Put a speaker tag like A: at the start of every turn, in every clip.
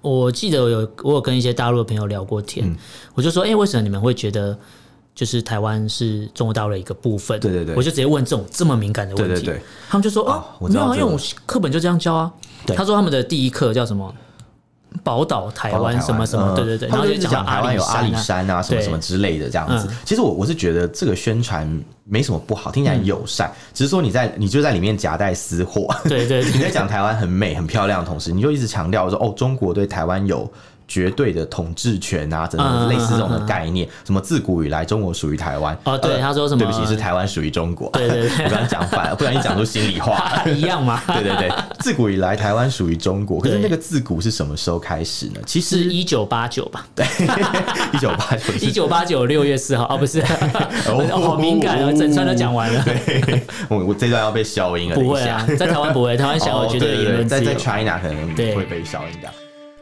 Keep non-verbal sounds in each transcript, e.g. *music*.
A: 我记得我有我有跟一些大陆的朋友聊过天，
B: 嗯
A: 我就说，哎、为什么你们会觉得就是台湾是中国大陆的一个部分？
B: 对对对
A: 我就直接问这种这么敏感的问题，
B: 对对对
A: 他们就说，哦，
B: 啊我知
A: 没有
B: 道
A: 啊，
B: 这
A: 因
B: 个
A: 为我课本就这样教啊。
B: 对
A: 他说他们的第一课叫什么？宝岛台
B: 跑到台
A: 湾
B: 湾
A: 什么什么，
B: 嗯
A: 对对对，
B: 他
A: 然后
B: 们
A: 就
B: 就一直讲
A: 讲
B: 台湾有阿里
A: 啊
B: 山啊，什么
A: 对嗯
B: 什么之类的这样子。其实我我是觉得这个宣传没什么不好，听起来很友
A: 嗯
B: 善，只是说你在你就在里面夹带私货。 *laughs*
A: 对对
B: 你
A: 对
B: 在讲台湾很美很漂亮的同时，你就一直强调说哦，中国对台湾有。绝对的统治权啊，等
A: 嗯
B: 等
A: 嗯
B: 类似这种的概念，什么自古以来中国属于台湾
A: 哦对
B: 呃
A: 他说什么
B: 对不起，是台湾属于中国。
A: 对对对
B: *laughs* 我刚刚讲反了，不然你讲出心
A: *laughs*
B: 里话。
A: 一样嘛，
B: *laughs* 对对对，自古以来台湾属于中国，可是
A: 对
B: 那个自古是什么时候开始呢？其
A: 是
B: 实
A: 一九八九吧？
B: *laughs* 一九八九
A: 一九八九六月四号啊，不是，
B: *laughs* 哦
A: 哦 *laughs* 好敏感啊，整串都讲完了。
B: 我我这段要被消音了，
A: 不会啊
B: *laughs* 等一，下
A: 在台湾不会，台湾小
B: 哦
A: 我绝对有言
B: 对对对
A: 论
B: 在
A: 自由
B: 在。China 可能
A: 对
B: 会被消音的。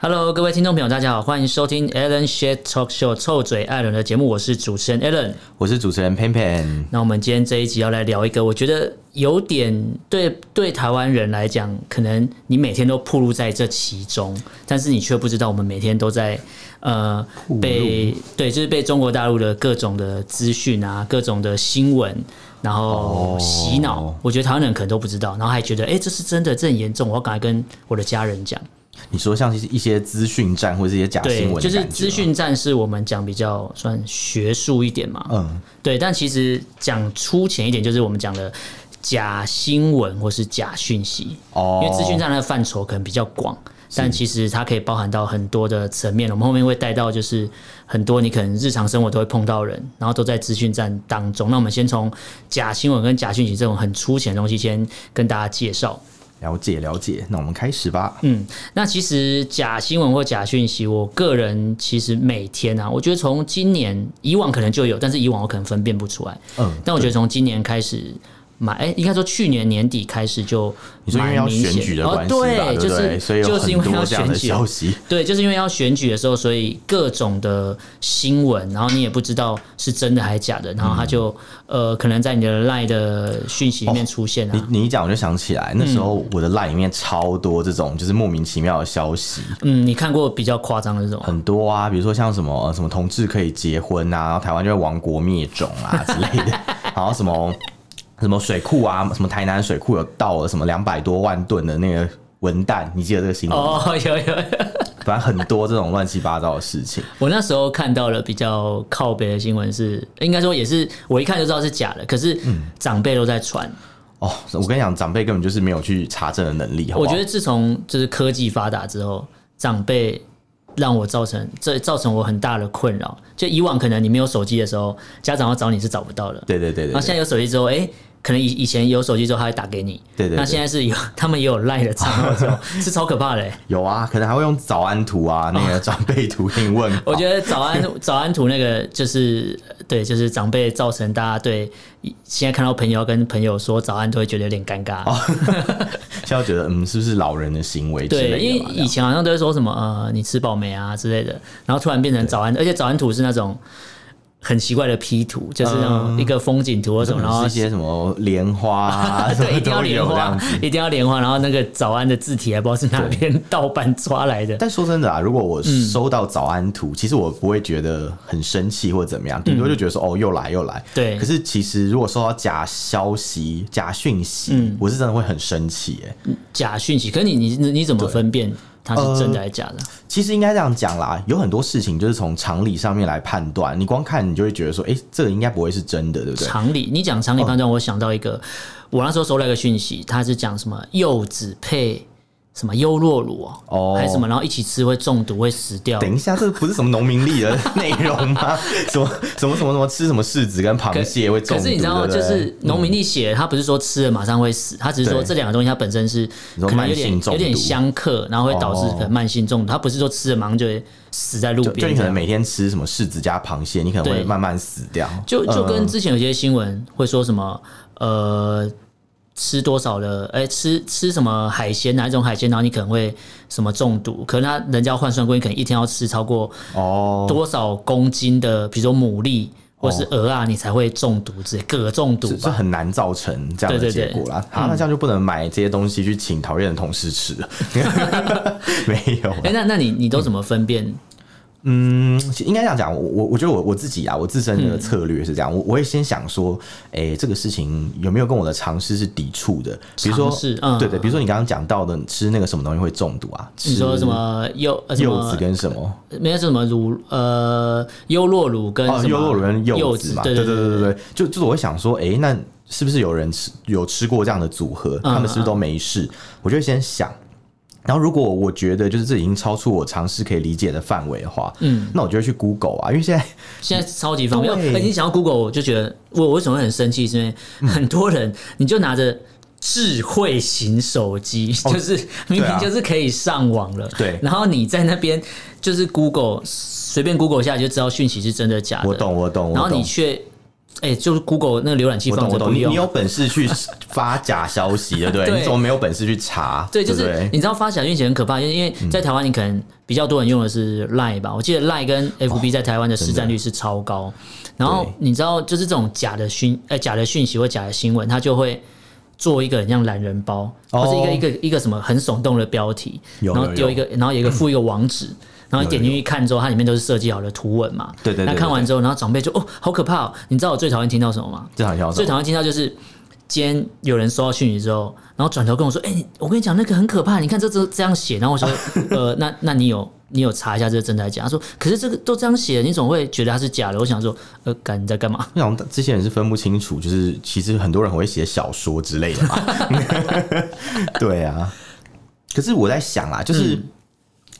A: Hello，各位听众朋友，大家好，欢迎收听 Alan Shit Talk Show 臭嘴艾伦的节目，我是主持人 Alan。
B: 我是主持人 Pan Pan，
A: 那我们今天这一集要来聊一个，我觉得有点对对台湾人来讲，可能你每天都暴露在这其中，但是你却不知道我们每天都在呃被对，就是被中国大陆的各种的资讯啊，各种的新闻。然后
B: 哦
A: 洗脑我觉得台湾人可能都不知道，然后还觉得，哎，这是真的，这很严重，我要赶快跟我的家人讲。
B: 你说像是一些资讯站或者一些假
A: 对
B: 新，闻，
A: 就是资，讯战是我们讲比较算学术一点嘛，
B: 嗯，
A: 对。但其实讲粗浅一点，就是我们讲的假新闻或是假讯息，
B: 哦，
A: 因为资讯战的范畴可能比较广。但其实它可以包含到很多的层面，我们后面会带到就是很多你可能日常生活都会碰到人，然后都在资讯战当中。那我们先从假新闻跟假讯息这种很粗浅的东西先跟大家介绍。
B: 了解了解，那我们开始吧。
A: 嗯，那其实假新闻或假讯息，我个人其实每天啊，我觉得从今年以往可能就有，但是以往我可能分辨不出来。
B: 嗯，
A: 但我觉得从今年开始。蛮哎、应该说去年年底开始就
B: 你说因为
A: 蛮
B: 要
A: 明显
B: 选举的关系吧，
A: 哦、对，
B: 对不
A: 就
B: 对？
A: 是
B: 所以有
A: 就是因
B: 很
A: 为要
B: 多这样
A: 选
B: 的
A: 举，
B: 消息，
A: 对，就是因为要选举的时候，所以各种的新闻，然后你也不知道是真的还是假的，然后
B: 嗯
A: 它就、呃可能在你的 line 的讯息里面出现啊，
B: 哦你你一讲我就想起来，那时
A: 嗯
B: 候我的 line 里面超多这种就是莫名其妙的消息，
A: 嗯，你看过比较夸张的这种吗，
B: 很多啊，比如说像什么呃什么同志可以结婚啊，然后台湾就会亡国灭种
A: *laughs*
B: 啊之类的，然后什么什么水库啊，什么台南水库有到了什么两百多万吨的那个文旦，你记得这个新闻？吗？
A: 哦，有有有。
B: 反正很多这种乱七八糟的事情。
A: 我那时候看到了比较靠北的新闻是，应该说也是我一看就知道是假的，可是
B: 嗯
A: 长辈都在传。
B: 哦，我跟你讲，长辈根本就是没有去查证的能力，好不
A: 我
B: 好？
A: 觉得自从就是科技发达之后，长辈让我造成这造成我很大的困扰。就以往可能你没有手机的时候，家长要找你是找不到的，
B: 对对对
A: 然后
B: 对
A: 现在
B: 对，
A: 有手机之后，哎、可能以以前有手机之后，他会打给你。
B: 对对对
A: 那现在是有，他们也有赖的账号
B: *laughs*
A: 之后，是超可怕的、欸。
B: 有啊，可能还会用早安图啊，那个长辈图给你问。
A: 哦 *laughs* 我觉得早
B: *laughs*
A: 安早安图那个就是对，就是长辈造成大家对现在看到朋友跟朋友说早安都会觉得有点尴尬。
B: 哦现在觉得，嗯，是不是老人的行为之类的
A: 对，
B: 吧？
A: 因为
B: 这样
A: 以前好像都会说什么呃你吃饱没啊之类的，然后突然变成早安，而且早安图是那种很奇怪的 P 图，就是那
B: 嗯
A: 种一个风景图或什么，然后
B: 是一些什么莲花啊，什
A: *laughs* 对，
B: 么
A: 一定要
B: 都
A: 莲
B: 有这样
A: 花
B: 子。，
A: 一定要莲花，然后那个早安的字体还不知道是哪边盗版抓来的。
B: 但说真的啊，如果我
A: 嗯
B: 收到早安图，其实我不会觉得很生气或怎么样，顶多就觉得说、哦又来又来。
A: 嗯对
B: 可是其实如果收到假消息、假讯息，
A: 嗯
B: 我是真的会很生气耶。
A: 假讯息，可是你你你你怎么分辨它是
B: 呃
A: 真的还是假的？
B: 其实应该这样讲啦，有很多事情就是从常理上面来判断，你光看你就会觉得说，哎、这个应该不会是真的，对不对？
A: 常理，你讲常理判断，我想到一个，我那时候收到一个讯息，他是讲什么柚子配什么优酪乳哦，
B: 哦
A: 还是什么，然后一起吃会中毒会死掉。
B: 等一下，这不是什么农民力的内
A: *laughs*
B: 容吗？什么什么什么什么吃什么柿子跟螃蟹会中
A: 可
B: 毒？
A: 是你知道，
B: 对
A: 就
B: 不对
A: 是农民历写，他不是说吃了马上会死，他只是说
B: 对
A: 这两个东西它本身是
B: 嗯说
A: 可能有
B: 慢性
A: 点
B: 中毒哦
A: 有点相克，然后会导致可能慢性中毒。他不是说吃了马上就会死在路
B: 就就
A: 边
B: 你
A: 这
B: 可能
A: 样。
B: 每天吃什么柿子加螃蟹，你可能
A: 对
B: 会慢慢死掉。嗯
A: 就就跟之前有些新闻会说什么呃。吃多少的？哎、吃吃什么海鲜？哪一种海鲜？然后你可能会什么中毒？可能他人家换算过，你可能一天要吃超过
B: 哦，
A: 多少公斤的，比如说牡蛎或是鹅啊，你才会中毒之类，铬中毒
B: 这这
A: 吧？
B: 很难造成这样的
A: 对
B: 结
A: 对对
B: 果啦。好，那这样就不能买这些东西去请讨厌的同事吃了。 *laughs* 没有啦，啊
A: 哎、那那你你都怎么分辨？
B: 嗯，其应该这样讲，我我我觉得我我自己啊，我自身的策略是这样，我我会先想说，诶，这个事情有没有跟我的尝试是抵触的？比如
A: 尝
B: 说
A: 试，嗯
B: 对对，比如说你刚刚讲到的吃那个什么东西会中毒啊？吃
A: 你说什么柚呃什
B: 柚子
A: 么
B: 跟什么？
A: 没有是什么乳呃优酪乳跟
B: 哦，
A: 什么
B: 优酪乳跟柚
A: 柚
B: 子嘛，
A: 对
B: 对
A: 对
B: 对对，就就是我会想说，诶，那是不是有人吃有吃过这样的组合？他们是不
A: 嗯
B: 是都没事？我就会先想。然后，如果我觉得就是这已经超出我尝试可以理解的范围的话，嗯，那我就会去 Google 啊，因为现在
A: 现在超级方便。
B: 对
A: 哎你想要 Google，我就觉得我我为什么会很生气，是因为很多人你就拿着。智慧型手机、就是明
B: 对啊
A: 明就是可以上网了，
B: 对
A: 然后你在那边就是 Google 随便 Google 一下就知道讯息是真的假的。
B: 我懂，我懂，
A: 呃
B: 我
A: 然后
B: 懂
A: 你却哎、就是 Google 那个浏览器
B: 我
A: 放
B: 懂，
A: 着不
B: 我懂。你
A: 用
B: 你。有本事去发假消息，对不
A: *laughs*
B: 对？
A: 对
B: 你怎么没有本事去查？
A: 对，就
B: 不
A: 是你知道发小讯息很可怕，因为因为在台湾你可能比较多人用的是 Line 吧，我记得 Line 跟 FB 在台湾的市占率是超高。然后
B: 对
A: 你知道，就是这种假的讯呃假的讯息或假的新闻，它就会做一个很像懒人包，
B: 哦
A: 或是一个一个一个什么很耸动的标题，
B: 有
A: 然后
B: 有
A: 丢
B: 有
A: 一个，然后有
B: *clears throat*
A: 一个附一个网址。然后你点进去看之后，它里面都是设计好的图文嘛。
B: 对对对
A: 那
B: 对
A: 看完
B: 对
A: 之后，然后长辈就哦，好可怕哦！你知道我最讨厌听到什么吗？
B: 这好像
A: 最
B: 是
A: 常会听到就是，今天有人收到讯息之后，然后转头跟我说：“哎、你我跟你讲，那个很可怕，你看这这这样写。”然后我说：“呃，那那你有你有查一下这个真的还是假的？”他说：“可是这个都这样写了，你总会觉得它是假的。”我想说：“呃，干你在干嘛
B: 我想这些人是分不清楚，就是其实很多人很会写小说之
A: *laughs*
B: 类的嘛。 *laughs* 对啊，可是我在想啦，就是。
A: 嗯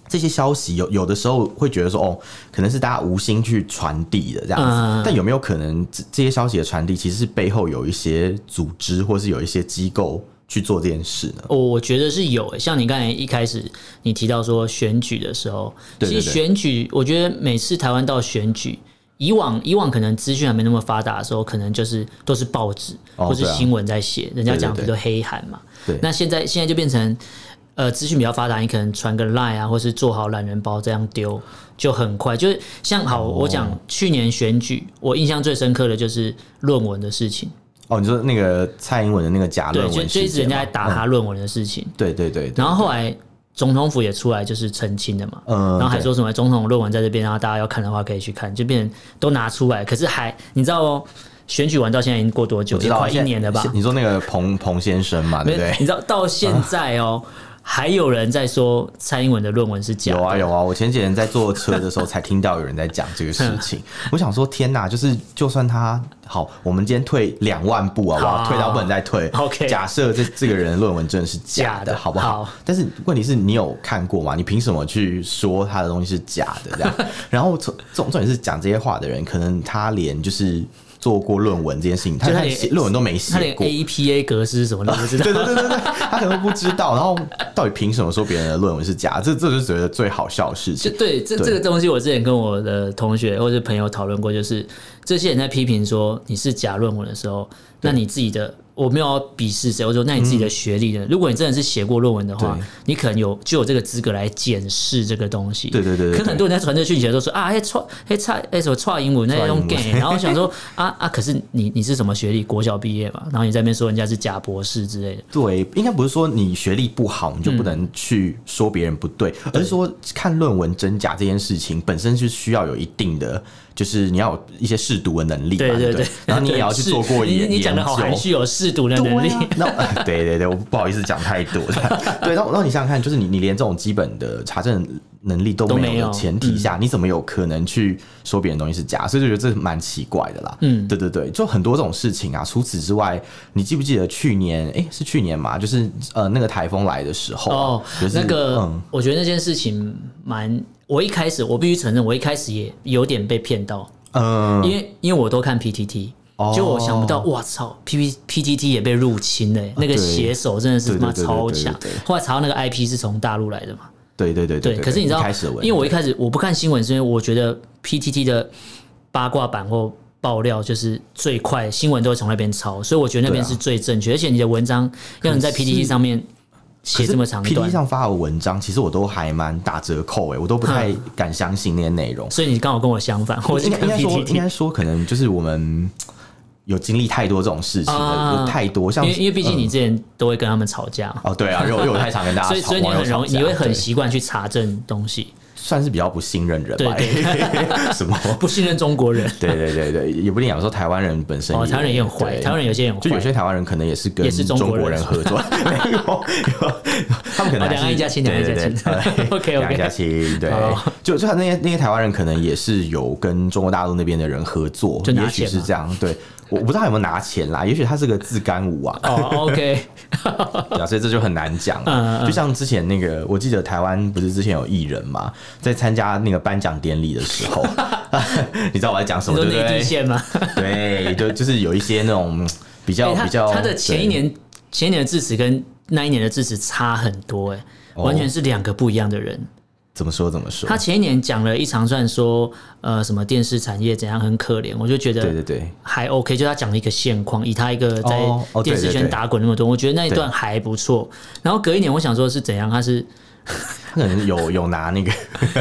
B: 这些消息有有的时候会觉得说，哦，可能是大家无心去传递的这样子，
A: 嗯
B: 但有没有可能这这些消息的传递其实是背后有一些组织或是有一些机构去做这件事呢？？”
A: 哦，我觉得是有、像你刚才一开始你提到说选举的时候，
B: 对对
A: 其实
B: 对
A: 选举，我觉得每次台湾到选举。以往以往可能资讯还没那么发达的时候，可能就是都是报纸、
B: 哦
A: 或是
B: 对啊
A: 新闻在写，人家
B: 对对
A: 讲比
B: 对
A: 如说黑函嘛，
B: 对，
A: 那现在现在就变成，呃，资讯比较发达，你可能传个 Line 啊，或是做好懒人包这样丢，就很快。就是像好，我讲
B: 哦
A: 去年选举，我印象最深刻的就是论文的事情，
B: 哦，你说那个蔡英文的那个假论
A: 对，就
B: 文
A: 就一
B: 事
A: 直人
B: 件
A: 家
B: 嘛，嗯
A: 在打他论文的事情。
B: 对对对，对
A: 然后后来总统府也出来就是澄清的嘛，
B: 嗯
A: 然后还
B: 对
A: 说什么总统论文在这边，然后大家要看的话可以去看，就变成都拿出来。可是还你知道哦，选举完到现在已经过多久？
B: 我知
A: 也
B: 道啊
A: 快一
B: 现在
A: 年了吧？
B: 你说那个彭彭先生嘛，对
A: 没
B: 不
A: 有，
B: 对？
A: 你知道到现在哦、还有人在说蔡英文的论文是假的。
B: 有啊有啊，我前几天在坐车的时候才听到有人在讲这个事
A: *laughs*
B: 情，我想说天哪，就是就算他好，我们今天退两万步啊，
A: 好
B: 哇，退到不能再退。
A: OK
B: 假设这这个人的论文真的是
A: 假
B: 假的，
A: 的
B: 好不好？
A: 好
B: 但是问题是你有看过吗？你凭什么去说他的东西是假的
A: *laughs*
B: 这样？然后重重重点是讲这些话的人，可能他连就是做过论文这件事情，他
A: 就他
B: 他
A: 连
B: 写论文都没
A: 他
B: 写
A: 连
B: 过。
A: APA 格式是什么都不知道。
B: 对对对对对，他可能不知道，然后到底凭什么说别人的论文是假的？这这就是觉得最好笑的事
A: 就
B: 情。
A: 对这
B: 对
A: 这个东西，我之前跟我的同学或者朋友讨论过，就是这些人在批评说你是假论文的时候，那你自己的我没有要鄙视谁，我说那你自己的学历呢？如果你真的是写过论文的话
B: 嗯对，
A: 你可能有就有这个资格来检视这个东西。
B: 对对对对
A: 可很多人在传这讯息的时候说啊，哎错哎差哎什么错英文那种
B: 蔡
A: gay，然后想说啊啊，可是你你是什么学历？国小毕业嘛，然后你在那边说人家是假博士之类的。
B: 对，应该不是说你学历不好，你就不能去说别人不对，
A: 嗯
B: 而是说看论文真假这件事情本身是需要有一定的，就是你要有一些试读的能力嘛，
A: 对
B: 对不啊
A: 对， *laughs*
B: 然后你也要去
A: 对
B: 做过
A: 是
B: 研
A: 你你讲的好含
B: 研究
A: 蓄哦，制毒的能力。 *laughs*
B: 那我对对对，我不好意思讲太多了。对，那我那你想想看，就是你你连这种基本的查证能力都
A: 都
B: 没
A: 没有
B: 有
A: 嗯
B: 的前提下，你怎么有可能去说别人东西是假？所以就觉得这蛮奇怪的啦。
A: 嗯
B: 对对对，就很多这种事情啊。除此之外，你记不记得去年？哎、是去年嘛？就是呃，那个台风来的时候啊、
A: 哦，
B: 就是
A: 那个、
B: 嗯，
A: 我觉得那件事情蛮，我一开始我必须承认，我一开始也有点被骗到，
B: 嗯
A: 因为因为我都看 PTT。
B: 哦
A: 就我想不到，哇操！P P P T T 也被入侵嘞、那个
B: 啊对
A: 写手真的是
B: 对
A: 他妈
B: 对对对
A: 超
B: 对对
A: 强
B: 对。
A: 后来查到那个 I P 是从大陆来的嘛，
B: 对对对
A: 对，
B: 对。
A: 可是你知道
B: 一开始的，问
A: 因为我一开始我不看新闻，是因为我觉得 PTT 的八卦版或爆料就是最快，新闻都会从那边抄，所以我觉得那边
B: 对啊
A: 是最正确，而且你的文章要能在
B: 可是
A: PTT 上面写这么长一
B: P D
A: 段，
B: 上发的文章，其实我都还蛮打折扣诶、我都不太敢相信那些内容。
A: 所以你刚好跟我相反， *laughs* 我是
B: 应该
A: 看
B: 应该说，应
A: PTT，
B: 该说，可能就是我们有经历太多这种事情了，
A: 啊
B: 有太多像
A: 因为因为毕竟你
B: 嗯
A: 之前都会跟他们吵架嘛，
B: 哦，对
A: *laughs*
B: 啊，因为我因为我太常跟大家吵，
A: 所以所以你
B: 网友
A: 很容易，
B: 吵架
A: 你会很
B: 对
A: 习惯去查证东西，
B: 算是比较不信任人吧
A: 对，
B: *laughs* 什么？
A: 不信任中国人。
B: 对对对对，也不一定讲说台湾人本身，
A: 哦，台湾人也很坏，
B: 对
A: 台湾人有些也很
B: 就有
A: 坏。
B: 些台湾人可能也是跟
A: 也是中国
B: 国
A: 人
B: 人合作，没有没有他们可能
A: 哦两
B: 还
A: 岸
B: 是
A: 一家亲，两岸一家亲
B: 对对对
A: OK，OK
B: 两岸一家亲，对
A: 好，
B: 就就那些那些台湾人可能也是有跟中国大陆那边的人合作，
A: 就拿
B: 也许
A: 钱
B: 是
A: 嘛
B: 这样，对，我我不知道他有没有拿钱啦，也许他是个自干五啊，
A: 哦，OK，
B: 对啊，所以这就很难讲
A: 嗯嗯
B: 啊。
A: 嗯
B: 就像之前那个，我记得台湾不是之前有艺人嘛，在参加那个颁奖典礼的时候，你知道我在讲什
A: 你
B: 么
A: 说
B: *laughs* 对不
A: 内地
B: 对？
A: 线吗？
B: 对，就就是有一些那种 *laughs* 比较
A: 欸他
B: 比较
A: 他的前一。
B: 对
A: 年前一年的智齿跟那一年的智齿差很多、欸，哎、
B: 哦
A: 完全是两个不一样的人。
B: 怎么说怎么说？
A: 他前一年讲了一长串说，呃，什么电视产业怎样很可怜，我就觉
B: 对对
A: 得
B: 对，
A: 还 OK，就他讲了一个现况，以他一个在
B: 哦哦对
A: 电视
B: 对
A: 圈
B: 对
A: 打滚那么多，我觉得那一段
B: 对
A: 还不错。然后隔一年，我想说是怎样，他是
B: 他可能有有拿那个 *laughs*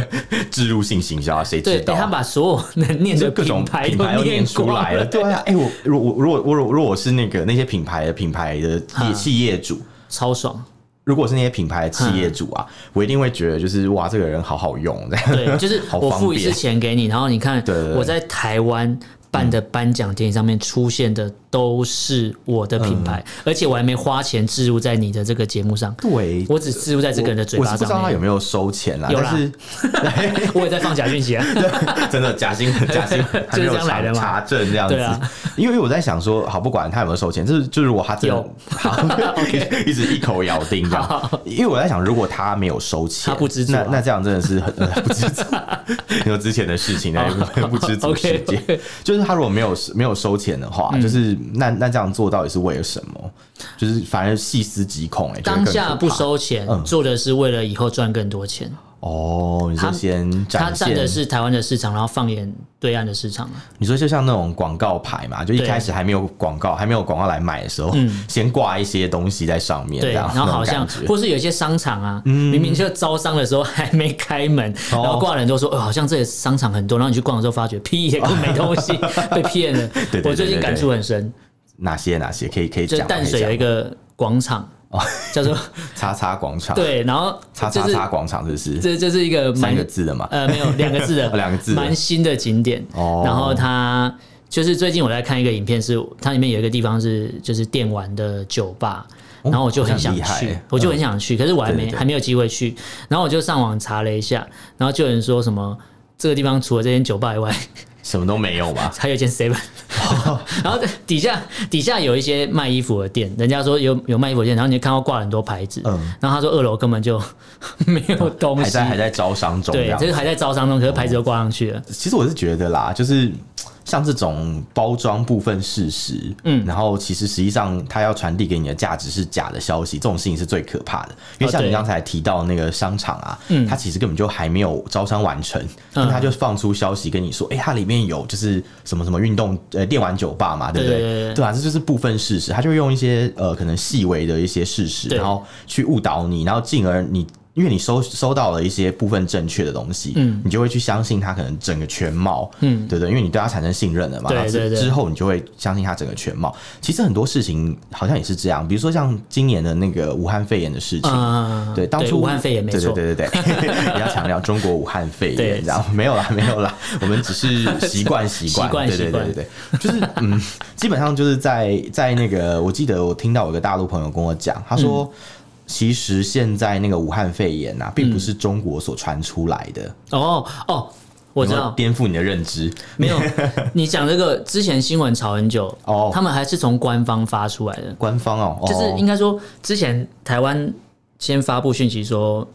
B: 植入性行销啊，谁
A: 对、
B: 知
A: 欸
B: 道啊？
A: 他把所有能念的
B: 就各种
A: 牌
B: 品
A: 都
B: 牌都念出
A: 光
B: 来了，对啊，哎、我如果我如果我如果如果我是那个那些品牌的品牌的
A: 啊
B: 业企业主，
A: *laughs* 超爽。
B: 如果是那些品牌的企业主啊，我一定会觉得就是哇，这个人好好用，这样
A: 嗯对，就是
B: 好
A: 我
B: 方
A: 付一次
B: 便
A: 钱给你，然后你看
B: 对对对嗯
A: 我在台湾办的颁奖典礼上面出现的都是我的品牌，
B: 嗯
A: 而且我还没花钱置入在你的这个节目上，
B: *laughs* 对。
A: 我只置入在这个人的嘴
B: 我
A: 巴
B: 是不知道
A: 上
B: 他有
A: 面。
B: 没有收钱啦，
A: 有啦
B: 但是
A: 我也在放假讯息
B: *laughs*
A: 啊，
B: 真的
A: *laughs*
B: 假新闻，假新闻还
A: 就
B: 没
A: 是这
B: 有
A: 样来的
B: 查
A: 嘛
B: 查证这样子
A: 对啊。
B: 因为我在想说，好不管他有没有收钱，就是就是如果他真的
A: 有
B: 好
A: *laughs*
B: 一直一口咬定这样，因为我在想，如果他没有收钱，
A: 他不知足啊
B: 那那这样真的是很呃不
A: *laughs*
B: 知足。你说之前的事
A: 哦
B: 情，那个不知足事
A: OK，OK
B: 件，就是他如果没有没有收钱的话，
A: 嗯
B: 就是那那这样做到底是为了什么？就是反正细思极恐哎，就会
A: 当
B: 更
A: 下
B: 可
A: 不
B: 怕
A: 收钱，
B: 嗯
A: 做的是为了以后赚更多钱。
B: 哦，你说
A: 他
B: 先
A: 他
B: 展
A: 占的
B: 现
A: 是台湾的市场，然后放眼对岸的市场啊。
B: 你说就像那种广告牌嘛，就一
A: 对嗯
B: 开始还没有广告，还没有广告来买的时候，先挂一些东西在上面，
A: 对，
B: 这样
A: 然后好像
B: 那种感觉嗯
A: 或是有一些商场啊，明明就招商的时候还没开门，然后挂了很多说，哦，好像这里商场很多，然后你去逛的时候发觉，屁也根本没东
B: *laughs*
A: 西，被骗了
B: 对对。对
A: 我最近感触很深，
B: 哪些哪些可以可以
A: 就
B: 讲
A: 是
B: 吗，
A: 淡水有一
B: 个
A: 个广场，叫
B: *laughs*
A: 做
B: 叉叉广场，，
A: 对，然后
B: 叉
A: 就
B: 叉
A: 是
B: 叉广场，是不是？
A: 这这是一个
B: 三
A: 蛮
B: 个字的嘛，
A: 呃没有两个字的
B: 哦 *laughs* 两个字的
A: 蛮新的景点，
B: 哦
A: 然后它。就是最近我在看一个影片是，它里面有一个地方是就是电玩的酒吧，然后我就很想
B: 哦好像很厉
A: 去
B: 害，
A: 我就很想去，可是我还
B: 对
A: 没
B: 对对
A: 还没有机会去。然后我就上网查了一下，然后就有人说什么这个地方除了这间酒吧以外，，
B: 什么都没有嘛
A: *laughs* 还有一间 Seven，然后底下底下有一些卖衣服的店，人家说有有卖衣服的店，然后你就看到挂了很多牌子，
B: 嗯哦
A: 然后他说二楼根本就 *laughs* 没有东
B: 还
A: 西
B: 在，还在招商中，这
A: 对，
B: 样
A: 就。是还在招商中，可是牌子都挂上去了。
B: 其实我是觉得啦，就是像这种包装部分事实，嗯，然后其实实际上它要传递给你的价值是假的消息，这种事情是最可怕的。因为像
A: 哦对
B: 你刚才提到那个商场啊，嗯，它其实根本就还没有招商完成，
A: 嗯
B: 那它就放出消息跟你说，哎、它里面有就是什么什么运动呃电玩酒吧嘛，对不对？
A: 对对对
B: 对啊，这就是部分事实，它就会用一些呃可能细微的一些事实，
A: 对
B: 然后去误导你，然后进而你。因为你收收到了一些部分正确的东西，嗯，你就会去相信他可能整个全貌，嗯，对不对？因为你对他产生信任了嘛，
A: 对
B: 然后之
A: 对对
B: 之后你就会相信他整个全貌。其实很多事情好像也是这样，比如说像今年的那个武汉肺炎的事情，
A: 嗯，
B: 对，当初
A: 武汉肺炎没错，
B: 对对
A: *laughs*
B: 对对对，你要强调中国武汉肺
A: 对
B: 炎，这样没有啦，没有啦，我们只是
A: *laughs*
B: 习惯习惯，
A: 习惯
B: 对对
A: 习
B: 对
A: 惯
B: 对对，就是嗯，基本上就是在在那个，我记得我听到有个大陆朋友跟我讲，他说。
A: 嗯
B: 其实现在那个武汉肺炎呐、啊，并不
A: 嗯
B: 是中国所传出来的，
A: 哦哦，我知
B: 有没有
A: 道，
B: 颠覆你的认知。
A: 没有，
B: *laughs*
A: 你讲这个之前新闻炒很久，
B: 哦
A: 他们还是从官方发出来的，
B: 官方哦，
A: 就是
B: 哦
A: 应该说之前台湾先发布讯息说，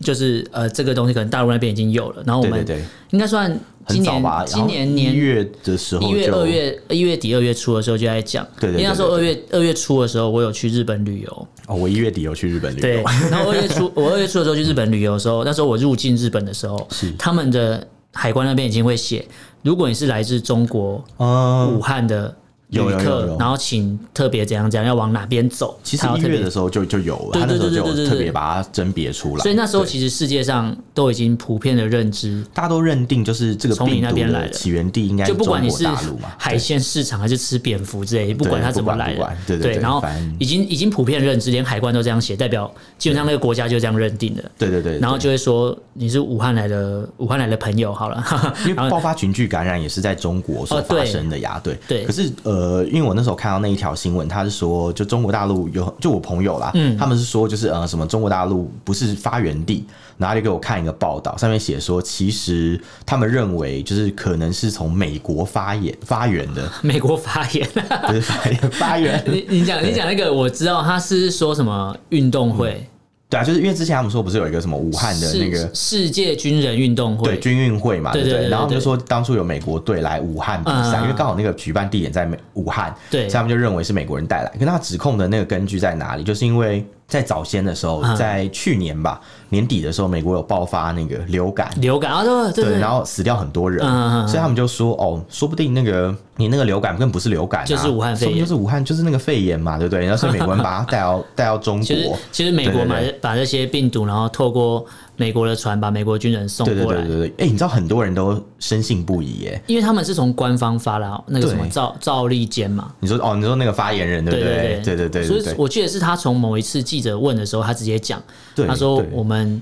A: 就是呃这个东西可能大陆那边已经有了，然后我
B: 对对
A: 们
B: 对，
A: 应该算今
B: 很早
A: 年
B: 吧？
A: 今年
B: 一
A: 年。
B: 月的时候就，
A: 一月、二月、一月底、二月初的时候就在讲，
B: 对对对
A: 因为那时候
B: 对
A: 二月二月初的时候，我有去日本旅游，
B: 哦，我一月底有去日本旅
A: 对
B: 游，，
A: 然后二月初，我二月初的时候去日本旅游的时候，那时候我入境日本的时候，他们的海关那边已经会写，如果你是来自中国
B: 嗯，
A: 武汉的旅
B: 有有有
A: 客
B: 有，
A: 然后请特别怎样怎样，要往哪边走，
B: 其实
A: 他要
B: 一
A: 特
B: 月
A: 别
B: 的。时候就就有了，
A: 对
B: 他那时候
A: 对对
B: 就
A: 对对对
B: 有特别把它甄别出来，
A: 所以那时候
B: 对
A: 其实世界上都已经普遍的认知，
B: 大家都认定就是这个
A: 从你
B: 病
A: 那
B: 毒
A: 边来
B: 的
A: 的
B: 起源地应该
A: 就是不
B: 中
A: 管你
B: 国
A: 是
B: 大陆嘛，
A: 海鲜市场还是吃蝙蝠之类，不管它怎么来
B: 不管
A: 的
B: 不管，对对对
A: 然后
B: 反正
A: 已经已经普遍认知，连海关都这样写，代表基本上那个国家就这样认定的。
B: 对对对，对
A: 然后就会说你是武汉来的，武汉来的朋友好了，
B: 因为爆发群聚感染也是在中国所
A: 哦对
B: 发生的呀，对。
A: 对
B: 可是呃，因为我那时候看到那一条新闻，他是说，就中国大陆有，就我朋友啦，
A: 嗯
B: 他们是说，就是呃，什么中国大陆不是发源地，然后就给我看一个报道，上面写说，其实他们认为就是可能是从美国发源发源的，
A: *laughs* 美国发言。
B: 不是发源 *laughs* 发源，
A: 你你讲你讲那个，我知道他是说什么运动会，
B: 对啊，就是因为之前他们说不是有一个什么武汉
A: 嗯
B: 的那个
A: 世世界军人运动
B: 对
A: 会，
B: 军运会嘛，
A: 对
B: 对不
A: 对
B: 对？
A: 对
B: 然后
A: 对
B: 就说当初有美国队来武汉比赛，
A: 嗯
B: 因为刚好那个举办地点在美武汉，
A: 对
B: 所以他们就认为是美国人带来。可他指控的那个根据在哪里？就是因为在早先的时候，
A: 嗯
B: 在去年吧年底的时候，美国有爆发那个流感。
A: 流感啊，对对
B: 对，
A: 对
B: 然，后死掉很多人，
A: 嗯嗯嗯嗯
B: 所以他们就说，哦，说不定那个你那个流感根本不是流感、啊，
A: 就是武汉肺炎
B: 说不定就是武汉，就是那个肺炎嘛，对不对？然后所以美国人把它带
A: *laughs*
B: 到带到中
A: 其实
B: 国，
A: 其实美国
B: 对对
A: 把
B: 对
A: 把这些病毒，然后透过美国的船把美国军人送
B: 对对
A: 过
B: 对
A: 来
B: 对。对。哎、你知道很多人都深信不疑耶，
A: 因为他们是从官方发了那个什么
B: 对
A: 赵赵立坚嘛，
B: 你说哦，你说那个发言人对不
A: 对
B: 对对对对
A: 所
B: 对
A: 以
B: 对，
A: 我记得是他从某一次记者问的时候，他直接讲，
B: 对
A: 他说
B: 对
A: 我们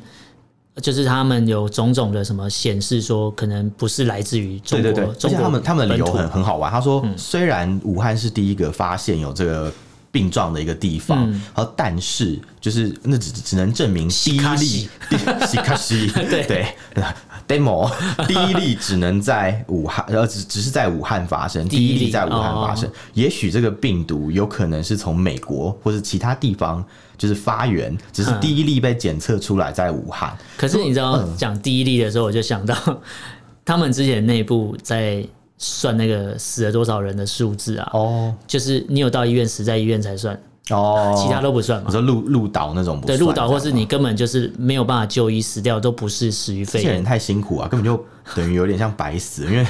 A: 就是他们有种种的什么显示说，可能不是来自于中
B: 对
A: 国，
B: 对对，而
A: 中
B: 且
A: 国
B: 他们他们的理由
A: 本土嗯
B: 很很好玩。他说，虽然武汉是第一个发现有这个病状的一个地方，
A: 嗯
B: 然后但是就是那只只能证明第
A: 西
B: 一
A: 卡
B: 例 *laughs*
A: 西，
B: 第西卡西
A: *laughs* 对
B: 对 demo 第一例只能在武汉，呃，只只是在武汉发生，第
A: 第一
B: 一
A: 例哦
B: 例在武汉发生。也许这个病毒有可能是从美国或者其他地方就是发源，只
A: 嗯
B: 是第一例被检测出来在武汉。
A: 可是你知道
B: 嗯
A: 讲第一例的时候，我就想到 *laughs* 他们之前内部在算那个死了多少人的数字啊，
B: 哦
A: 就是你有到医院死在医院才算，
B: 哦，
A: 其他都不算
B: 你
A: 嘛。
B: 说鹿鹿岛那种不
A: 对，
B: 算嗯
A: 入岛
B: 这
A: 或
B: 样
A: 是
B: 吗
A: 你根本就是没有办法就医死掉，都不是死于肺
B: 这些人
A: 炎，
B: 太辛苦啊，根
A: *laughs*
B: 本就等于有点像白死，因为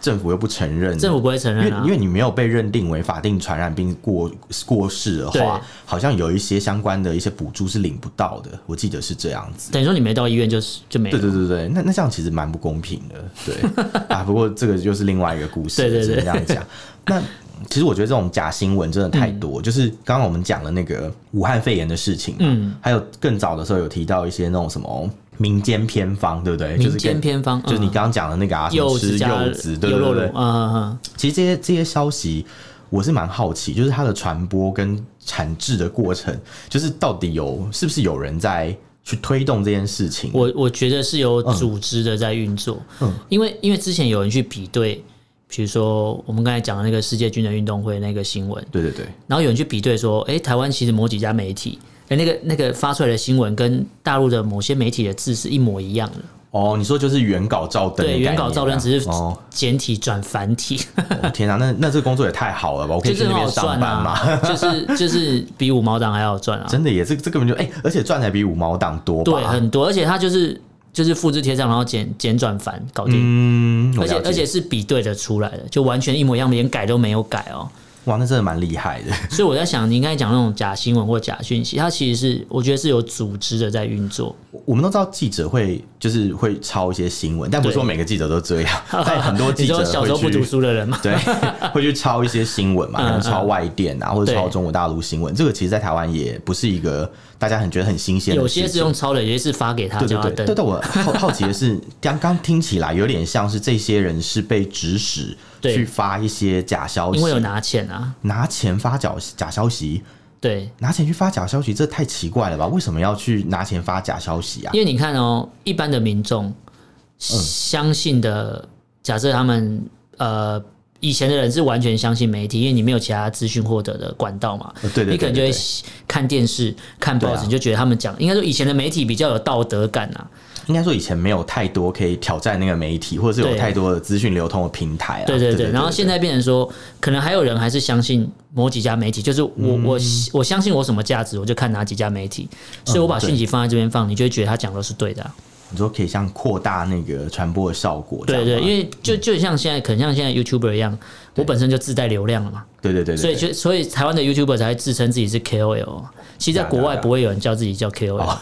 B: 政府又不承认，
A: 政府不会承
B: 因为
A: 认啊
B: 因。为你没有被认定为法定传染病过过世的
A: 对
B: 话，好像有一些相关的一些补助是领不到的，我记得是这样子。
A: 等于说你没到医院就是就没了
B: 对。对对对，那那这样其实蛮不公平的，
A: *laughs*
B: 对啊。不过这个就是另外一个故事，
A: 对对对
B: 只能这样
A: *laughs*
B: 讲。那其实我觉得这种假新闻真的太
A: 嗯
B: 多，就是刚刚我们讲的那个武汉肺炎的事情嘛，
A: 嗯
B: 还有更早的时候有提到一些那种什么民间偏方，对不对？就是
A: 民
B: 跟
A: 间偏方，
B: 就是你
A: 嗯
B: 刚刚讲的那个啊，什
A: 柚
B: 么
A: 子
B: 吃
A: 加
B: 柚子，对
A: 优
B: 对
A: 酪乳
B: 对。，
A: 嗯嗯
B: 其实这些这些消息，我是蛮好奇，就是它的传播跟产制的过程，就是到底有是不是有人在去推动这件事情？
A: 我我觉得是有组织的在运作，
B: 嗯
A: 因为因为之前有人去比对，比如说我们刚才讲的那个世界军人运动会那个新闻，
B: 对对对，
A: 然后有人去比对说，诶，台湾其实某几家媒体，诶，那个那个发出来的新闻跟大陆的某些媒体的字是一模一样的，
B: 哦，你说就是原稿照灯的概
A: 对，
B: 念啊，
A: 原稿照单只是
B: 哦，
A: 简体转繁体，
B: 我天啊，那那这个工作也太好了吧！我可
A: *laughs*
B: 以
A: 就
B: 去
A: 是
B: 那
A: 很
B: 边
A: 好
B: 上
A: 赚
B: 班嘛？
A: 啊， *laughs* 就是就是比五毛党还好赚啊，
B: 真的耶，这这根本就哎、而且赚的比五毛党多吧？
A: 对，很多，而且它就是就是复制贴上，然后简简转繁搞定。
B: 嗯，我
A: 而且
B: 了解
A: 而且是比对的出来的，就完全一模一样，连改都没有改哦。
B: 哇，那真的蛮厉害的。
A: 所以我在想，你应该讲那种假新闻或假讯息，它其实是我觉得是有组织的在运作。
B: 我我们都知道记者会就是会抄一些新闻，但不
A: 对
B: 是说每个记者都
A: *laughs*
B: 这样，但很多记
A: 你
B: 者
A: 说
B: 会
A: 小时候不
B: 去
A: 读书的人嘛，
B: 对， *laughs* 会去抄一些新闻嘛，可能
A: 嗯
B: 抄外电啊，或者
A: 对
B: 抄中国大陆新闻。这个其实，在台湾也不是一个大家很觉得很新鲜的
A: 有
B: 事
A: 些
B: 情。
A: 是用抄的，有些是发给他
B: 对
A: 叫他
B: 对对，对
A: 登。
B: 但我好 *laughs* 好奇的是，刚刚听起来有点像是这些人是被指使
A: 对
B: 去发一些假消息
A: 因为，有拿钱啊，
B: 拿钱发假假消息，
A: 对，
B: 拿钱去发假消息，这太奇怪了吧？为什么要去拿钱发假消息啊？
A: 因为你看哦，一般的民众
B: 嗯
A: 相信的，假设他们呃以前的人是完全相信媒体，因为你没有其他资讯获得的管道嘛，
B: 呃对对对
A: 你可能就
B: 对
A: 会
B: 对
A: 看电视、看报
B: 对啊
A: 纸，你就觉得他们讲，应该说以前的媒体比较有道德感啊，
B: 应该说以前没有太多可以挑战那个媒体，或者是有
A: 对
B: 太多的资讯流通的平台啊。
A: 对对
B: 对
A: 对，然后现在变成说，可能还有人还是相信某几家媒体，就是我、
B: 嗯
A: 我我相信我什么价值，我就看哪几家媒体，所以我把
B: 对
A: 讯息放在这边放，你就会觉得他讲的是对的啊、
B: 你说可以像扩大那个传播的效果这样
A: 对
B: 吗，
A: 对，因为就就像现在，可能像现在 YouTuber 一样，我本身就自带流量了嘛，
B: 对对对对，
A: 所以就所以台湾的 YouTuber 才会自称自己是 KOL 啊。其实，在
B: 对啊
A: 国
B: 对啊
A: 外
B: 对啊
A: 不会有人叫自己叫 KOL，
B: 哦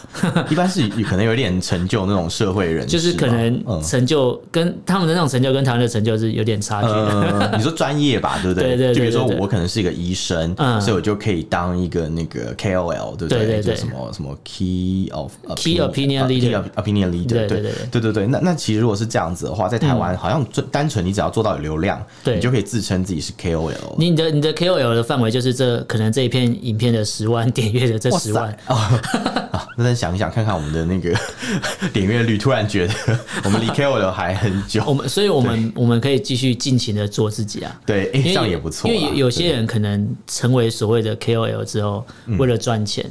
B: 一般是有可能有点成就那种社会人
A: 就
B: 士吧，
A: 是可能
B: 嗯。
A: 成就跟他们的那种成就跟台湾的成就是有点差距的。 *laughs*
B: 呃，你说专业吧，对不
A: 对对对
B: 就比如说
A: 对对
B: 我可能是一个医生，
A: 嗯
B: 所以我就可以当一个那个 KOL，对不
A: 对对
B: 就
A: 对
B: 什么什么 Key of 呃
A: Key opinion
B: Key
A: leader
B: opinion leader，
A: 对对
B: 对
A: 对嗯
B: 对对对。那那其实如果是这样子的话，在台湾好像最单纯你只要做到有流量，
A: 对
B: 你就可以自称自己是 KOL 了。
A: 你的你的 KOL 的范围就是这可能这一片影片的十万点阅的这十万，
B: 啊，那再想一想，看看我们的那
A: *laughs*
B: 个点阅率，突然觉得我们离 KOL 还很
A: 我
B: 久。
A: 们所以我们我们可以继续尽情的做自己啊。
B: 对，哎、
A: 因
B: 这
A: 为
B: 样
A: 有
B: 也不错啦。
A: 因为有有些人可能成为所谓的 KOL 之后，为了赚钱，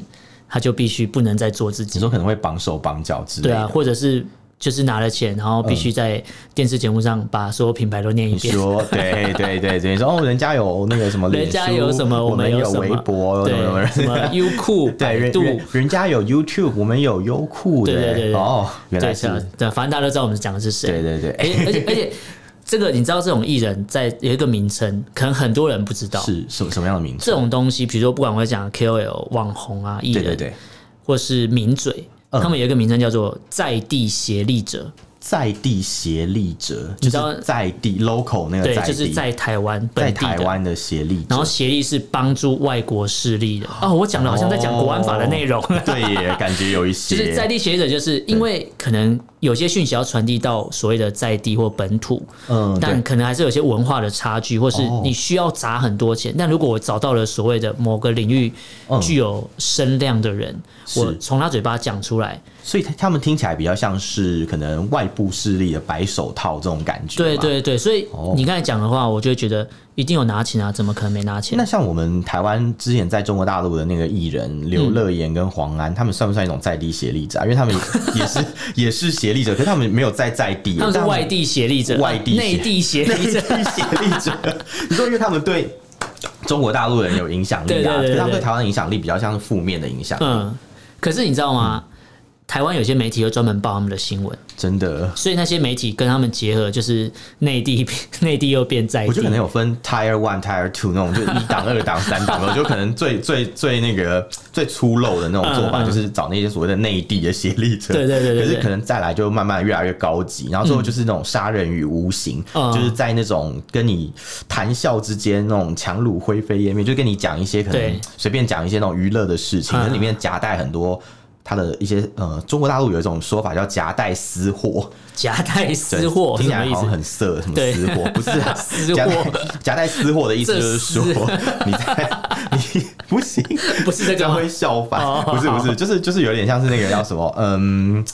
A: 他就必须不能再做自己
B: 你。说可能会绑手绑脚之类
A: 对
B: 的。
A: 啊，或者是就是拿了钱，然后必须在电视节目上把所有品牌都念一
B: 你
A: 遍。
B: 说对对对对，你说哦，人家有那个什么脸
A: 人
B: 书，
A: 家有什么，
B: 我
A: 们
B: 有
A: 什么？
B: 微博，有什么
A: 对，
B: 什
A: 什
B: 么
A: 么
B: 人。
A: 优酷、
B: *laughs* 对，
A: 百
B: 人
A: 度，
B: 人人家有 YouTube，我们有优酷，
A: 对对对对
B: 哦，原来
A: 对
B: 是
A: 是，啊，对，反正大家都知道我们讲的是谁。
B: 对对哎对，
A: 而而且而且，这个你知道，这种艺人在有一个名称，可能很多人不知道。
B: 是什么什么样的名字？
A: 这种东西，比如说不管我讲 KOL、网红啊、艺
B: 对
A: 人，
B: 对对，
A: 或是名嘴，
B: 嗯
A: 他们有一个名称叫做在地协力者。
B: 在地协力者，就
A: 你知道
B: 是在地 local 那个
A: 对，
B: 呃在
A: 就是
B: 地，
A: 在台湾
B: 在
A: 本地
B: 台
A: 的。
B: 湾的协力者，
A: 然后协力是帮助外国势力的。哦，我讲的好像在讲国安法的内容。
B: *laughs* *laughs* 对耶，感觉有一
A: *laughs* 就
B: 些
A: 是在地协力者，就是因为可能有些讯息要传递到所谓的在地或本土，
B: 嗯，
A: 但
B: 对，
A: 可能还是有些文化的差距，或是
B: 哦
A: 你需要砸很多钱。但如果我找到了所谓的某个领域具有声量的人，
B: 嗯是
A: 我从他嘴巴讲出来，
B: 所以他他们听起来比较像是可能外部势力的白手套这种感觉。
A: 对。对对，所以
B: 哦
A: 你刚才讲的话，我就会觉得一定有拿钱啊，怎么可能没拿钱
B: 那？像我们台湾之前在中国大陆的那个艺人
A: 嗯
B: 刘乐言跟黄安，他们算不算一种在地协力者啊？因为他们
A: *laughs*
B: 也是也是协力者，可是他们没有在在地，
A: 他们是
B: 但
A: 外地协力者，
B: 外地
A: 内
B: 协
A: 地协力
B: *laughs*
A: 者，
B: 地协力者。你说，因为他们对中国大陆人有影响力啊，
A: 对对对对
B: 可是他们
A: 对
B: 对台湾的影响力比较像是负面的影响，
A: 嗯，可是你知道吗？台湾有些媒体会专门报他们的新闻，
B: 真的。
A: 所以那些媒体跟他们结合，就是内地 *laughs* 内地又变在
B: 我觉得可能
A: 地。
B: 有分 Tier One、Tier Two 那种，就一档、
A: *laughs*
B: 二档、三档的。我觉得可能最最最那个最粗陋的那种做法，
A: 嗯嗯
B: 就是找那些所谓的内地的协力者。
A: 对对对对对
B: 可是可能再来就慢慢越来越高级，然后最后就是那种杀人于无形，
A: 嗯
B: 就是在那种跟你谈笑之间那种强弩灰飞烟灭，就跟你讲一些可能
A: 对
B: 随便讲一些那种娱乐的事情，
A: 嗯
B: 可是里面夹带很多。它的一些呃，中国大陆有一种说法叫夹带私货，
A: 夹带
B: 对
A: 私货
B: 听
A: 什
B: 起
A: 么
B: 来
A: 意
B: 好像
A: 思？
B: 很色，什么
A: 对
B: 私
A: *laughs*
B: 货不是啊，
A: 私货
B: 夹带 *laughs* 夹带私货的意思就是说
A: 这 *laughs*
B: 你在你不行，
A: 不是这
B: 这
A: 个
B: 样
A: 吗
B: *laughs* 会笑翻
A: 哦，
B: 不是不是，就是就是有点像是那个叫什么，嗯，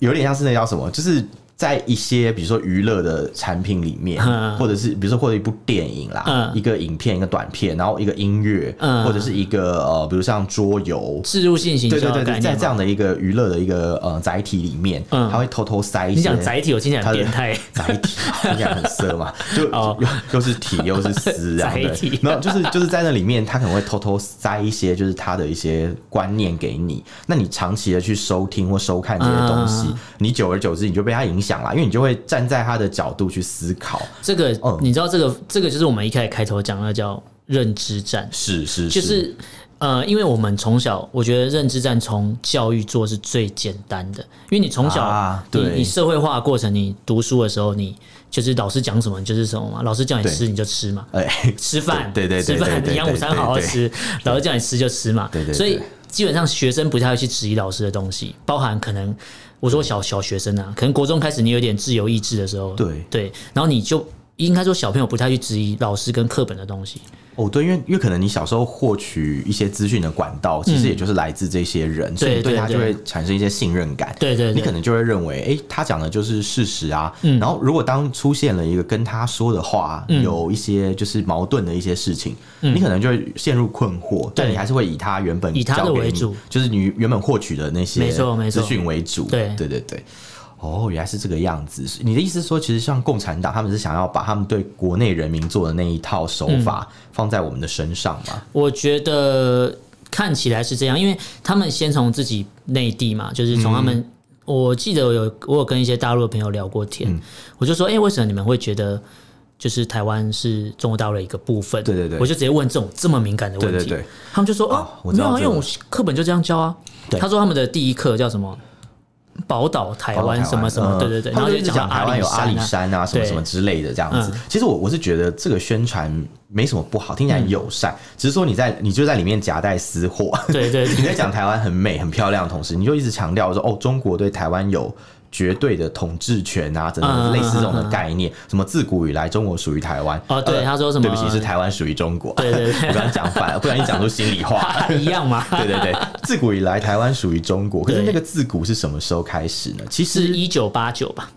B: 有点像是那叫什么，就是。在一些比如说娱乐的产品里面，
A: 嗯
B: 或者是比如说或者一部电影啦，
A: 嗯
B: 一个影片、一个短片，然后一个音乐，
A: 嗯
B: 或者是一个呃，比如像桌游，
A: 植入性行
B: 对
A: 销
B: 对
A: 的
B: 对
A: 概
B: 对，在
A: 念
B: 这
A: 吗。
B: 样的一个娱乐的一个呃载体里面，
A: 嗯
B: 它会偷偷塞一些。
A: 你讲载体，我听起来
B: 它
A: 很
B: 的
A: 变态。
B: 载体听起来很色嘛，就
A: 哦
B: 又又是体又是丝这样
A: 载体
B: 的，然后就是就是在那里面，他可能会偷偷塞一些就是他的一些观念给你，那你长期的去收听或收看这些东西，
A: 嗯
B: 你久而久之你就被他影响了，因为你就会站在他的角度去思考，
A: 这个
B: 嗯
A: 你知道，这个这个就是我们一开始开头讲的叫认知战，
B: 是是
A: 就是呃，因为我们从小，我觉得认知战从教育做是最简单的，因为你从小、
B: 啊
A: 你
B: 对
A: 你社会化的过程，你读书的时候，你就是老师讲什么你就是什么嘛，老师叫你
B: 对
A: 吃你就吃嘛，
B: 哎，
A: 吃饭，
B: 对对
A: 吃
B: 对对
A: 饭，
B: 对
A: 营养午餐好好吃，老师叫你吃就吃嘛。
B: 对对对
A: 所以基本上学生不太会去质疑老师的东西，包含可能我说小小学生啊，可能国中开始你有点自由意志的时候，
B: 嗯对
A: 对，然后你就应该说小朋友不太去质疑老师跟课本的东西，
B: 哦，对，因为因为可能你小时候获取一些资讯的管道，其实也就是来自这些人，所以你
A: 嗯对
B: 对
A: 对
B: 他就
A: 对
B: 会产生一些信任感。
A: 对对对
B: 你可能就会认为，哎、他讲的就是事实啊。
A: 嗯
B: 然后如果当出现了一个跟他说的话、有一些就是矛盾的一些事情，你可能就会陷入困惑，
A: 嗯
B: 但
A: 对
B: 你还是会以他原本
A: 以他的
B: 教给
A: 为
B: 你
A: 主，
B: 就是你原本获取的那些
A: 没错没错
B: 资讯为主。
A: 对
B: 对对对。哦，原来是这个样子。你的意思是说，其实像共产党，他们是想要把他们对国内人民做的那一套手
A: 嗯
B: 法放在我们的身上嘛？
A: 我觉得看起来是这样，因为他们先从自己内地嘛，就是从他们。
B: 嗯
A: 我记得我有我有跟一些大陆的朋友聊过天，
B: 嗯
A: 我就说，哎、为什么你们会觉得就是台湾是中国大陆的一个部分？
B: 对对对
A: 我就直接问这种这么敏感的问题，
B: 对对对
A: 他们就说，哦、
B: 啊我知
A: 没
B: 道
A: 有啊，因
B: 这
A: 为
B: 个
A: 我课本就这样教啊。
B: 对
A: 他说他们的第一课叫什么？宝岛台湾什么什么，
B: 嗯
A: 对对对，
B: 他
A: 然后
B: 们
A: 就
B: 就一直
A: 到
B: 讲台湾有阿里
A: 啊
B: 山啊，什么
A: 对嗯
B: 什么之类的这样子。其实我我是觉得这个宣传没什么不好，听起来友善，
A: 嗯
B: 只是说你在你就在里面夹带私货。 *laughs*
A: 对对对
B: 你在讲台湾很美很漂亮的同时，你就一直强调说哦，中国对台湾有。绝对的统治权啊，等
A: 嗯嗯
B: 等类似这种
A: 嗯
B: 的
A: 嗯
B: 概念，什么自古以来中国属于台湾
A: 哦对
B: 呃
A: 他说什么
B: *laughs* 对不
A: *laughs*
B: 起，是台湾属于中国。
A: 对对对
B: 我刚刚讲反了， *laughs* 不然你讲出心里
A: *laughs*
B: 话。
A: 啊一样嘛，
B: *laughs* 对对对，自古以来台湾属于中国，可是
A: 对
B: 那个自古是什么时候开始呢？其
A: 是
B: 实
A: 一九八九吧？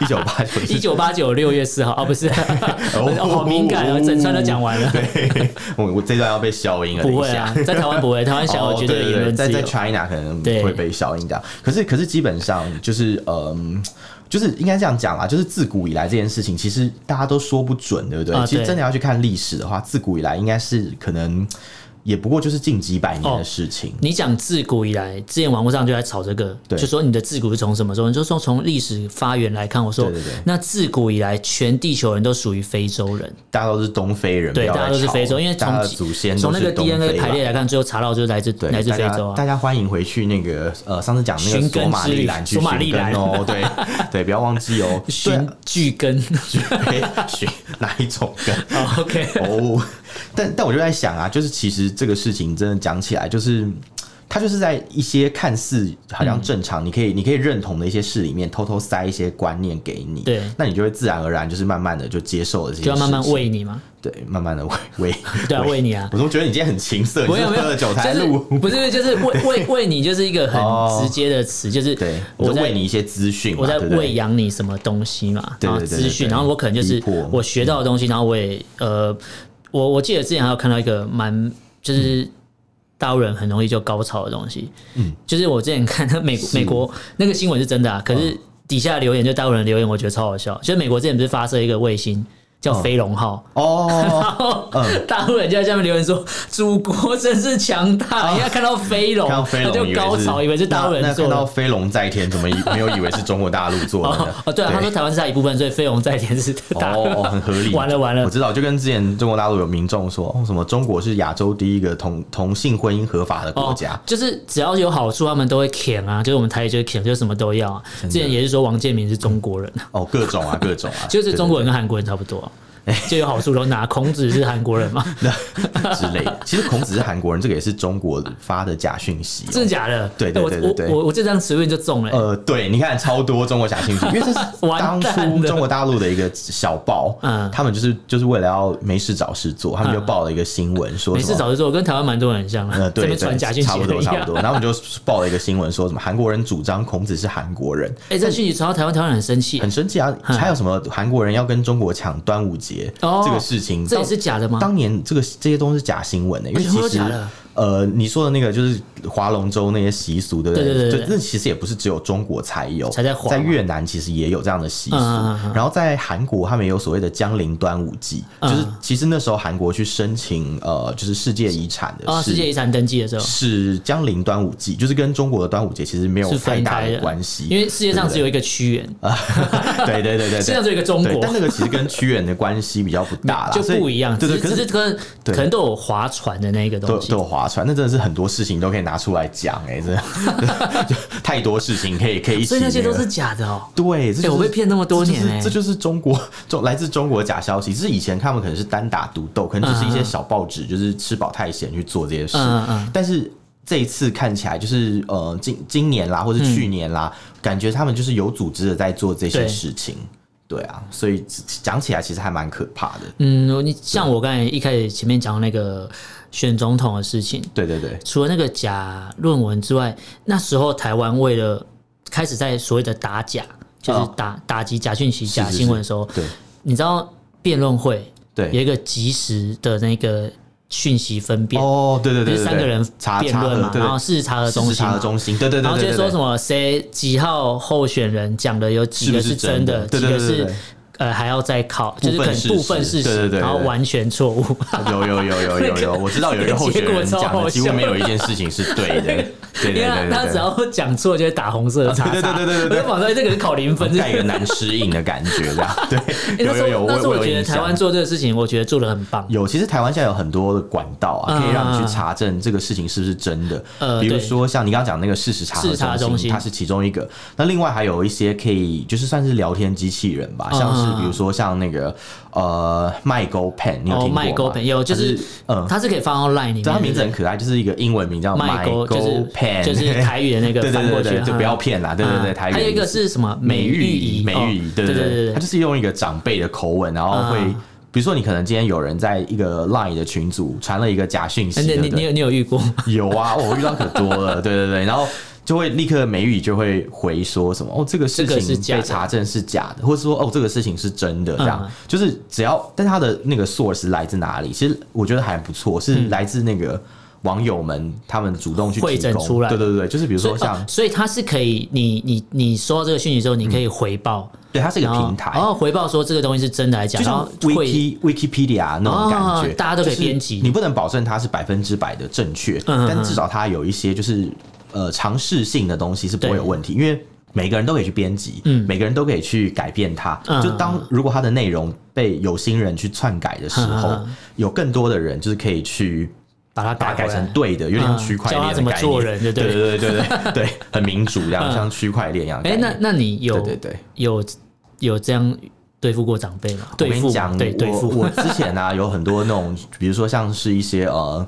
B: 一九八
A: *laughs*
B: 九
A: 一九八九六月四号啊，
B: *laughs*
A: 不是，
B: 哦
A: 哦，好敏感啊，整串都讲完
B: *laughs*
A: 了。
B: 对，我我这段要被消音了，
A: 不会
B: 哦等一下
A: 啊，在台湾不
B: *laughs*
A: 会，台湾想我
B: 哦
A: 绝
B: 对
A: 有言
B: 对
A: 论
B: 在
A: 自由
B: 在。China 可能
A: 对
B: 会被效应的，可是可是基本上就是嗯。就是应该这样讲啊，就是自古以来这件事情，其实大家都说不准，对不对？
A: 啊
B: 其实
A: 对
B: 真的要去看历史的话，自古以来应该是可能也不过就是近几百年
A: 哦
B: 的事情。
A: 你讲自古以来，之前网络上就在吵这个，
B: 对
A: 就说你的自古是从什么时候？你就说从历史发源来看，我说
B: 对对对
A: 那自古以来，全地球人都属于非洲人，
B: 大家都是东非人，
A: 对，
B: 不要
A: 大
B: 再
A: 家都是
B: 吵
A: 非洲，因为
B: 大家
A: 从
B: 的祖先
A: 从
B: 都
A: 那
B: 是
A: 个
B: 东非
A: DNA
B: 吧
A: 排列来看，最后查到就是来自
B: 对，
A: 来自
B: 大
A: 非
B: 家
A: 洲啊
B: 大。家欢迎回去那个呃，上次讲那个
A: 寻根
B: 索马
A: 之旅
B: 里兰去
A: 索马
B: 寻
A: 里啊
B: 根
A: 兰
B: 哦，对对，不要
A: *laughs*
B: 忘记哦，对
A: 寻巨
B: *laughs*
A: 根
B: 啊寻哪一种根？
A: 好，OK，
B: *laughs* 哦，但但我就在想啊，就是其实这个事情真的讲起来，就是它就是在一些看似好像正常，你可以你可以认同的一些事里面，偷偷塞一些观念给你，
A: 对
B: 那你就会自然而然就是慢慢的就接受了这些事
A: 就
B: 情，
A: 要慢慢喂你嘛，
B: 对，慢慢的喂喂，
A: 对啊，喂你啊。
B: 我怎么觉得你今天很情色？你
A: 没
B: 是
A: 有
B: 不
A: 没
B: 是喝
A: 有，
B: 了
A: 就
B: 九台
A: 是
B: 路。
A: 不是就是为为为你就是一个
B: 哦
A: 很直接的词，就是
B: 对，
A: 我
B: 我
A: 在
B: 喂你一些资讯嘛，
A: 我在
B: 对不对
A: 喂养你什么东西嘛，
B: 对
A: 然后
B: 对对
A: 资讯，
B: 对对
A: 然后我可能就
B: 逼
A: 是
B: 迫
A: 我学到的东西，然后我也呃，我我记得之前还有看到一个蛮
B: 嗯
A: 就是。大陆人很容易就高潮的东西，嗯，就是我之前看他美国美国那个新闻是真的
B: 哦
A: 啊，可是底下留言就大陆人留言，我觉得超好笑。就是美国之前不是发射一个卫星叫飞龙号，
B: 哦，
A: 然后大陆人就在下面留言说：“祖国真是强大！”人家看到飞龙，
B: 啊看到飞
A: 他
B: 龙以 *laughs*
A: 就
B: 为
A: 高
B: 是
A: 潮，以为是大陆
B: 那
A: 人
B: 那
A: 做
B: 看到
A: 的。
B: 飞龙在天，怎么以没有以为是中国大陆做的 *laughs*
A: 哦
B: 呢？
A: 哦，对啊，他说台湾是他一部分，所以飞龙在天是大陆。
B: 哦，很合
A: *laughs*
B: 理。
A: 完了完了
B: 我知道，就跟之前中国大陆有民众说，哦，什么中国是亚洲第一个同同性婚姻合法的国
A: 哦
B: 家，，
A: 就是只要有好处，他们都会舔啊，就是我们台语就是舔，就是什么都要啊。之前也是说王建民是中国人啊，
B: 哦，各种啊，各种啊，
A: *laughs* 就是中国人跟韩国人差不多啊、就有好处都拿。孔子是韩国人
B: *laughs*
A: 嘛？
B: 对之类的。其实孔子是韩国人，这个也是中国发的假讯息哦。
A: 真的假的？
B: 对对对对对
A: 我我我我这张随便就中了、欸。
B: 呃，对，你看超多中国假信息，因为这
A: *laughs*
B: 是
A: 完
B: 当
A: 蛋了
B: 初中国大陆的一个小报，
A: 嗯
B: 他们就是就是为了要没事找事做，他们就报了一个新闻，说
A: 每
B: 什
A: 次
B: 么
A: 早就做，跟台湾蛮多人很像啊。
B: 呃，
A: 这
B: 对
A: 边传
B: 对，
A: 假讯息
B: 差不多
A: 一样
B: 差不多。然后我们就报了一个新闻，说什么韩国人主张孔子是韩国人，
A: 哎、这讯息传到台湾，台湾人很生气、
B: 很生气啊！还有什么韩国人要跟中国抢端午
A: 嗯
B: 节
A: 哦
B: 这个事情，
A: 这也
B: 当
A: 是假的吗？
B: 当年这个这些都是假新闻的，因为欸
A: 哎真
B: 其
A: 的
B: 实
A: 假的
B: 呃，你说的那个就是划龙舟那些习俗，对不
A: 对对对
B: 就
A: 对
B: 那其实也不是只有中国才有，
A: 才在划嘛
B: 越南其实也有这样的习
A: 嗯
B: 俗。
A: 嗯嗯嗯嗯
B: 然后在韩国，他们也有所谓的江陵端午祭，就是其实那时候韩国去申请呃，就是世界遗产的
A: 啊、
B: 是
A: 世界遗产登记的时候，
B: 是江陵端午祭，就是跟中国的端午节其实没有
A: 是
B: 太
A: 分
B: 大
A: 开
B: 的
A: 的
B: 关系，
A: 因为世界上只
B: 对
A: 有一个屈原，
B: 不对对对对对
A: *laughs* 世界
B: 对
A: 上只有一个中
B: 对，
A: 国
B: 但，那个其实跟屈原的关系比较不大啦，
A: *laughs* 就
B: 所以
A: 不一样。
B: 对对，
A: 只
B: 可
A: 是只
B: 是
A: 是跟
B: 对
A: 可能都有划船的那个
B: 都
A: 东
B: 有
A: 西
B: 都。有划船，那真的是很多事情都可以拿出来讲哎、欸，真的
A: *laughs*
B: 就太多事情可以可以一起、
A: 所以那些都
B: 个
A: 是假的哦、
B: 对，这
A: 哎、
B: 就是
A: 我被骗那么多年哎、
B: 这就是中国中来自中国的假消息。就是以前他们可能是单打独斗，可能只是一些小报纸，就是吃饱太闲去做这些事。
A: 嗯嗯嗯嗯
B: 但是这一次看起来，就是呃，今今年啦，
A: 嗯
B: 或是去年啦，感觉他们就是有组织的在做这些
A: 对
B: 事情。对啊，所以讲起来其实还蛮可怕的。
A: 嗯，你像我刚才一开始前面讲那个选总统的事情，
B: 对对对，
A: 除了那个假论文之外，那时候台湾为了开始在所谓的打假，就是
B: 哦
A: 打、打击假讯息、
B: 是
A: 假
B: 是
A: 新闻的时候，
B: 对
A: 你知道辩论会有
B: 对。
A: 一个及时的那个讯息分辨，
B: 哦，对对
A: 就
B: 对
A: 是
B: 对，
A: 三个人
B: 查
A: 辩
B: 查
A: 论
B: 核
A: 嘛，
B: 对
A: 然
B: 对
A: 后事实查核中
B: 是
A: 心
B: 查
A: 嘛
B: 核。中心，对对对，
A: 然后就
B: 对
A: 会
B: 对
A: 说什
B: 对
A: 么谁几号候选人讲的有几
B: 是不
A: 个
B: 是
A: 真的，
B: 真的对对
A: 几
B: 对
A: 个
B: 对对
A: 是呃还要再考，就是
B: 部
A: 可
B: 分
A: 能
B: 事实
A: 部分事
B: 对对
A: 实，
B: 对
A: 然后
B: 对
A: 完全错误。
B: 有有有有
A: *laughs*
B: 有有，我知道有一个候选人讲的几乎没有一件事情是对的，
A: *laughs*
B: 对对对
A: 因为
B: 对
A: 他他只
B: 对。
A: 要讲错就会打红色的叉叉，
B: 对对对对对对
A: 我
B: 哦
A: 就想说哎这个人考零分， *laughs*
B: 盖一个男适应的感觉，这样对，
A: 哎那
B: 有
A: 时
B: 有
A: 候
B: 有，
A: 那时候我
B: 我有
A: 觉得
B: 印象
A: 台湾做这个事情，我觉得做的很棒。
B: 有，其实台湾现在有很多的管道啊，
A: 嗯
B: 可以让你去查证这个事情是不是真的。
A: 呃
B: 比如
A: 对
B: 说像你刚刚讲那个事实查核
A: 事查
B: 中
A: 中
B: 心，
A: 心
B: 它是其中一个。那另外还有一些可以就是算是聊天机器人吧，
A: 嗯
B: 像是
A: 嗯
B: 比如说像那个呃麦勾 pen，你有
A: 哦
B: 听
A: ，My Go
B: 过吗？
A: Pen 有，就是
B: 嗯，
A: 它是可以放到 Line 里面
B: 知道
A: 的，
B: 它名字很可爱，就是一个英文名叫
A: My
B: Go
A: Go 就是
B: Pen，
A: 就是
B: *laughs*
A: 台语的那个
B: 对对
A: 翻
B: 对
A: 过
B: 对，
A: 去，
B: 就
A: 嗯
B: 不要骗啦，对对对，
A: 嗯
B: 台语的
A: 还有一
B: 意
A: 个
B: 思
A: 是什么
B: 美
A: 玉
B: 玉
A: 仪，
B: 美
A: 哦
B: 玉仪，对
A: 对
B: 对，
A: 对
B: 他就是用一个长辈的口吻，然后会。
A: 嗯
B: 比如说，你可能今天有人在一个 Line 的群组传了一个假讯息，
A: 哎
B: 对
A: 你
B: 不
A: 你你 *laughs*
B: 对？
A: 有你有遇过
B: *laughs*
A: 吗？
B: 有啊，我遇到可多了，对对对，然后就会立刻美语就会回说什么哦，这个事
A: 这个是
B: 情
A: 假
B: 被
A: 的
B: 查证是假的，或者说哦，这个事情是真的，这样
A: 嗯
B: 就是只要，但他的那个 source 来自哪里，其实我觉得还不错，是来自那个网友们他们主动去
A: 嗯会
B: 提
A: 诊
B: 供，
A: 出来
B: 对对对，就是比如
A: 所
B: 说
A: 以
B: 像
A: 哦所以它是可以，你你你收到这个讯息之后，你可以回报，
B: 对，它是一个
A: 然后
B: 平台，
A: 然后回报说这个东西是真的还是假
B: 就
A: 的，然
B: 像
A: 后会
B: Wiki Wikipedia 那种感觉，
A: 哦大家都可以
B: 就是
A: 编辑
B: 你不能保证它是百分之百的正确，
A: 嗯嗯
B: 但至少它有一些就是呃尝试性的东西是不会有问题，因为。每个人都可以去编辑，
A: 嗯
B: 每个人都可以去改变它。
A: 嗯
B: 就当如果它的内容被有心人去篡改的时候，
A: 嗯嗯嗯
B: 有更多的人就是可以去
A: 把它
B: 把它
A: 回
B: 改
A: 来
B: 成对的，有点像区块
A: 教
B: 链
A: 他
B: 的
A: 怎么
B: 概念。
A: 做人就
B: 对
A: 对
B: 对对对对对，很民主这样，
A: 嗯
B: 像区块链一样的
A: 哎
B: 概，念。
A: 那那你有
B: 对对对
A: 有有这样对付过长辈吗？
B: 我
A: 对
B: 跟
A: 付
B: 你
A: 嘛
B: 讲，
A: 对对
B: 我
A: 付
B: 我之前啊，有很多那种，比如说像是一些呃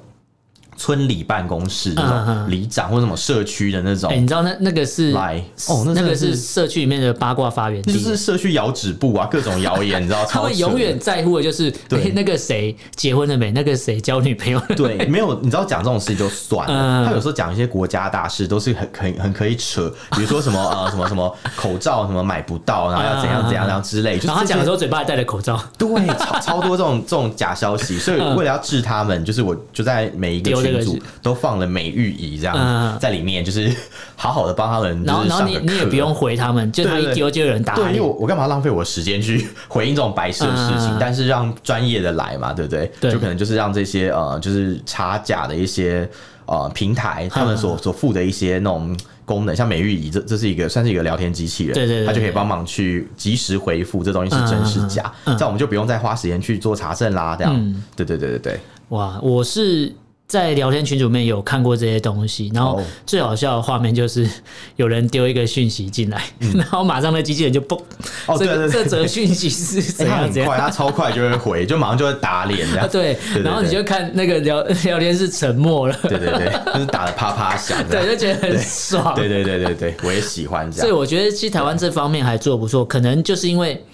B: 村里办公室那
A: 嗯嗯
B: 种里长或者什么社区的那种
A: 哎、，你知道那那个是
B: 来哦那真的
A: 那个
B: 是
A: 是社区里面的八卦发源
B: 那
A: 地，
B: 就是社区摇指部啊，各种谣言，你知道，
A: *laughs* 他
B: 超
A: 们
B: 扯
A: 永
B: 的
A: 远在乎的就是
B: 对
A: 哎那个谁结婚了没，那个谁交女朋友了没。
B: 对，没有，你知道讲这种事就算了，
A: 嗯
B: 他有时候讲一些国家大事都是很很很可以扯，比如说什么呃什么什么口罩什么买不到，然后要怎样怎样然后之类，就是
A: 嗯然后他
B: 这些
A: 讲的时候嘴巴还戴着口罩，
B: 对，超 *laughs* 超多这种这种假消息，所以
A: 嗯
B: 为了要治他们，就是我就在每一个
A: 丢这
B: 群
A: 个
B: 组
A: 是
B: 都放了美育仪这样、
A: 嗯
B: 在里面，就是好好的帮他们，
A: 然后
B: 就是
A: 然后
B: 上
A: 你
B: 个
A: 你也
B: 课
A: 不用回他们，就他
B: 对对
A: 一
B: 对
A: 丢就有人打
B: 对，因
A: 你
B: 为。我我干嘛浪费我时间去 *laughs* 回应这种白痴的事情？
A: 嗯
B: 但是让专业的来嘛，对不对？
A: 对
B: 就可能就是让这些呃，就是差价的一些呃平台，他们
A: 嗯
B: 所、所附的一些那种功能，像美玉仪，这这是一个算是一个聊天机器人，
A: 对对对
B: 它就可以
A: 对
B: 帮忙去及时回复这东西是真是假，
A: 嗯嗯嗯
B: 这样我们就不用再花时间去做查证啦，这样，
A: 嗯
B: 对对对对对，
A: 哇，我是在聊天群组里面有看过这些东西，然后
B: 哦
A: 最好笑的画面就是 *laughs* 有人丢一个讯息进来， *laughs* 然后马上那机器人就嘣，
B: 嗯哦
A: 这
B: 对对
A: 个
B: 对，
A: 这则讯息是
B: *laughs* 哎、
A: 怎
B: 它
A: 样怎
B: 很
A: 样
B: 快，。它超快就会回， *laughs* 就马上就会打脸这
A: 啊， *laughs*
B: 样。
A: 对
B: 对，
A: 然后
B: 对
A: 你就看那个聊 *laughs* 聊天室沉默了，
B: 对对对，就是打的啪啪响这样。
A: 对，就觉得很爽。
B: 对对对对对，我也喜欢这样
A: 所以。我觉得其实台湾这方面还做得不错，可能就是因为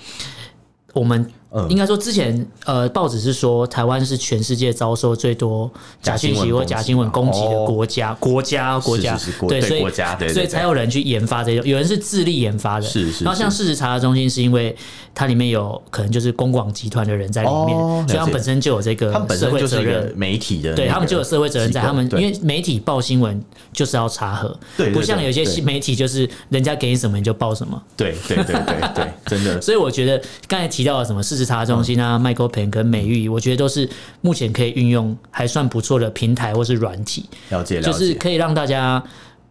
A: 我们
B: 嗯
A: 应该说之前呃，报纸是说台湾是全世界遭受最多假讯息或假新闻攻击的国家，国家国家
B: 哦是是国
A: 对，
B: 对
A: 所以
B: 国家对对
A: 所以
B: 对
A: 才有人去研发这种，有人是自力研发的，
B: 是是
A: 然后像事实查核中心是因为它里面有可能就是公广集团的人在里面，
B: 哦了解
A: 所以他们本身就有这个
B: 他们本
A: 呃社
B: 身
A: 会
B: 就是
A: 责
B: 一个
A: 任。
B: 媒体的那个机构，
A: 对他们就有社会责任在，他们因
B: 对
A: 为媒体报新闻就是要查核，
B: 对对
A: 不像
B: 对嗯
A: 有些
B: 对
A: 新媒体就是人家给你什么你就报什么，
B: 对对对对对， *laughs* 真的
A: 所以我觉得刚才提到的什么事实查中心啊、Michael
B: 嗯
A: Penn 跟美玉，我觉得都是目前可以运用还算不错的平台或是软体，
B: 了解了解，
A: 就是可以让大家。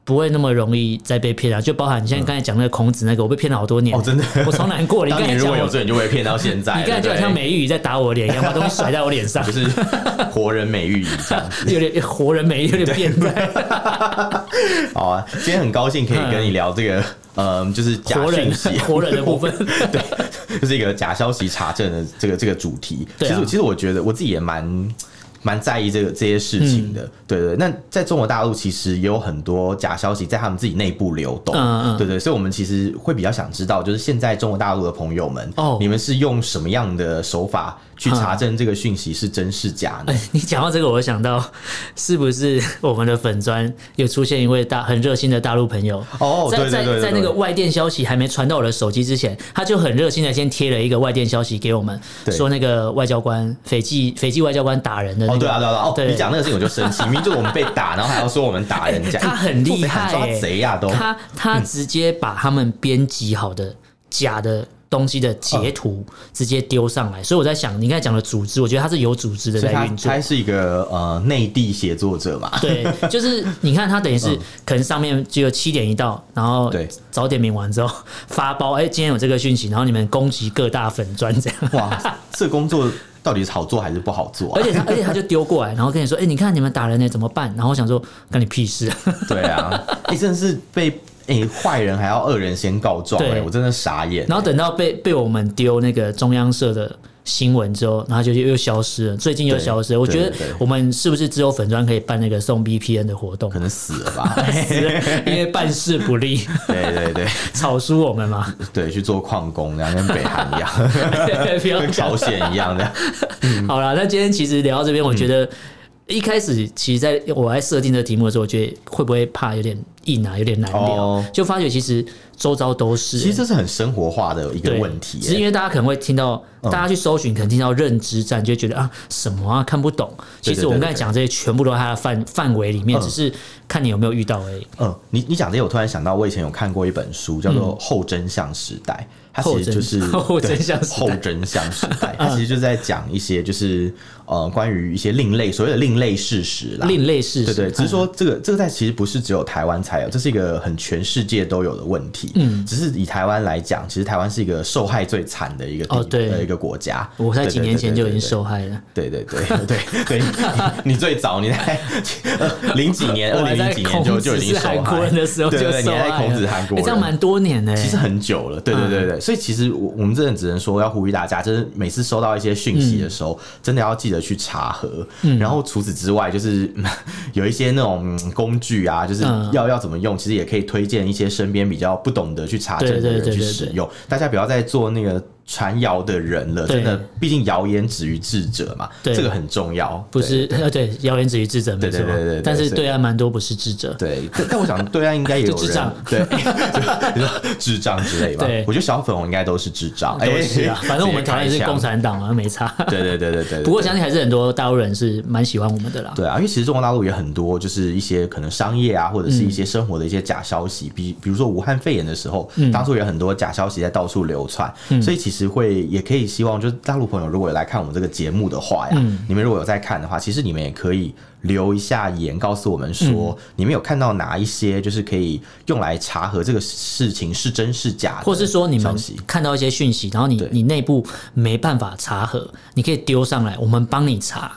A: 不会那么容易再被骗啊！就包含你现在刚才讲那个孔子那个，我被骗了好多年
B: 哦真的
A: 我超难
B: *laughs*
A: 过了。你
B: 当
A: 刚才
B: 年如
A: 讲
B: 果有
A: 我，
B: 罪，你就不会骗到现在了。
A: 你刚才就好像
B: 对
A: 美玉在打我脸一样，把东西甩在我脸上
B: *laughs* 就，是活人美玉一
A: *laughs*
B: 这样。
A: 有点活人没，有点变态。
B: 好啊，今天很高兴可以跟你聊这个，嗯，就是 *laughs* 假
A: 活人
B: 讯息啊
A: 活人的部分，
B: *laughs* 对， *laughs* 就是一个假消息查证的这个这个主题。
A: 对啊
B: 其实其实我觉得我自己也蛮。蛮在意这个这些事情
A: 嗯
B: 的，对对。那在中国大陆其实也有很多假消息在他们自己内部流动，
A: 嗯嗯
B: 对对。所以，我们其实会比较想知道，就是现在中国大陆的朋友们，
A: 哦嗯
B: 你们是用什么样的手法去查证这个讯息是真是假呢？
A: *laughs* 你讲到这个，我想到是不是我们的粉砖有出现一位大很热心的大陆朋友
B: 哦
A: 在
B: 对对对
A: 在
B: 对
A: 在那个
B: 对
A: 外电消息还没传到我的手机之前，他就很热心的先贴了一个外电消息给我们，
B: 对
A: 说那个外交官斐济斐济外交官打人的那
B: 哦，
A: 个，
B: 对啊，对啊，对啊哦，
A: 对
B: 你讲那个事情我就生气，明明就是我们被打，然后还要说我们打人家，
A: *laughs* 他很厉
B: 哎
A: 害、
B: 抓
A: 欸，
B: 贼呀都，
A: 他
B: 嗯
A: 他直接把他们编辑好的假的。东西的
B: 嗯
A: 截图直接丢上来，所以我在想，你刚才讲的组织，我觉得他是有组织的
B: 所以
A: 在
B: 他
A: 运作
B: 他。是一个呃内地写作者嘛，
A: *laughs* 对，就是你看他等于是可能上面只有七点一到，然后
B: 嗯对
A: 早点名完之后 *laughs* 发包，哎、今天有这个讯息，然后你们攻击各大粉砖这样。
B: 哇，这工作到底是好做还是不好做啊
A: 而？且他，而且他就丢过来，然后跟你说：“哎、你看你们打人呢，怎么办？”然后我想说，干你屁事啊！
B: 对啊，哎、真的是被哎坏、人还要恶人先告状、
A: 对
B: 哎，我真的傻眼。
A: 然后等到被被我们丢那个中央社的新闻之后，然后就又消失了，最近又
B: 对
A: 消失了。我觉得
B: 对对对
A: 我们是不是只有粉砖可以办那个送 VPN 的活动
B: 可？能死了吧？
A: *laughs* 因为办事不 *laughs* 力，
B: 对对对
A: 草书我们嘛， *laughs*
B: 对，去做矿工，然后跟北韩一样，
A: 不要
B: 跟
A: 讲
B: 朝鲜一样的。嗯
A: 好啦，那今天其实聊到这边，我觉得一开始其实在我在设定这个题目的时候，我觉得会不会怕有点硬啊，有点难聊，
B: 哦
A: 就发觉其实周遭都是、
B: 其实这是很生活化的一个
A: 对
B: 问题、嗯
A: 只是因
B: 哎
A: 为大家可能会听到，大家去搜寻，可能听到认知战，就会觉得啊什么啊看不懂。其
B: 对
A: 实我们
B: 对对
A: 刚才讲这些全部都在它的范范围里面，
B: 嗯
A: 只是看你有没有遇到而已。
B: 嗯，你你讲这个，我突然想到，我以前有看过一本书，叫做《后真相时代》，它其实就是
A: 后真后真相时代
B: 对后真相时代，它其实就在讲一些就是呃关于一些另类所谓的另类事实啦。
A: 另类事实，
B: 对对，只是说这个这个在其实不是只有台湾才有，这是一个很全世界都有的问题。嗯，只是以台湾来讲，其实台湾是一个受害最惨的一个地
A: 哦对
B: 的一个国家。
A: 我在
B: 对
A: 几
B: 对
A: 年
B: 对
A: 前
B: 对
A: 就已经
B: 对
A: 受害了。
B: 对对对对
A: *laughs*
B: 对，你你最早你在零几年、
A: 我
B: 二
A: 还
B: 零
A: 在
B: 零几年
A: 孔
B: 就
A: 子
B: 就已经
A: 是
B: 受害
A: 韩国人的时候就受害
B: 对对对，你还在孔子韩国
A: 哎这样
B: 人。
A: 蛮多年呢。
B: 其实很久了，对
A: 嗯
B: 对对对，所以其实我我们真的只能说要呼吁大家，就是每次收到一些讯息的时候，
A: 嗯
B: 真的要记得去查核。然后除此之外，就是 *laughs* 嗯有一些那种嗯工具啊，就是
A: 嗯
B: 要要怎么用，其实也可以推荐一些身边比较不懂得去查
A: 对
B: 证的
A: 对对
B: 人去
A: 对
B: 使
A: 对
B: 用。大家不要再做那个传谣的人了，
A: 对
B: 真的，毕竟谣言止于智者嘛，
A: 对
B: 这个很重要。
A: 不
B: 对
A: 是呃 *laughs* 对，谣言止于智者没
B: 对
A: 错
B: 对对对对，
A: 但是
B: 所以
A: 对啊岸蛮多不是智 *laughs* 者。
B: 对，但但我想对岸
A: *laughs*
B: 应该也有
A: 就
B: 人
A: 智障
B: 对，就比如说智障之类吧。
A: 对
B: 我觉得小粉红应该都是智障，
A: 都是啊，
B: 哎
A: 反正我们台湾是共。
B: 直接 *laughs* 开枪
A: 产党啊，没差。
B: 对对对对对。
A: 不过
B: 对
A: 相信还是很多大陆人是蛮喜欢我们的啦。
B: 对啊，因为其实中国大陆也很多，就是一些可能商业啊，或者
A: 嗯
B: 是一些生活的一些假消息，比、比如说武汉肺炎的时候，
A: 嗯
B: 当初有很多假消息在到处流传，所以其实会也可以希望，就是大陆朋友如果有来看我们这个节目的话呀，
A: 嗯
B: 你们如果有在看的话，其实你们也可以留一下言，告诉我们说、
A: 嗯
B: 你们有看到哪一些就是可以用来查核这个事情是真是假的，
A: 或是说你们
B: 消息
A: 看到一些讯息，然后你
B: 对
A: 你内部没办法查核，你可以丢上来，我们帮你查。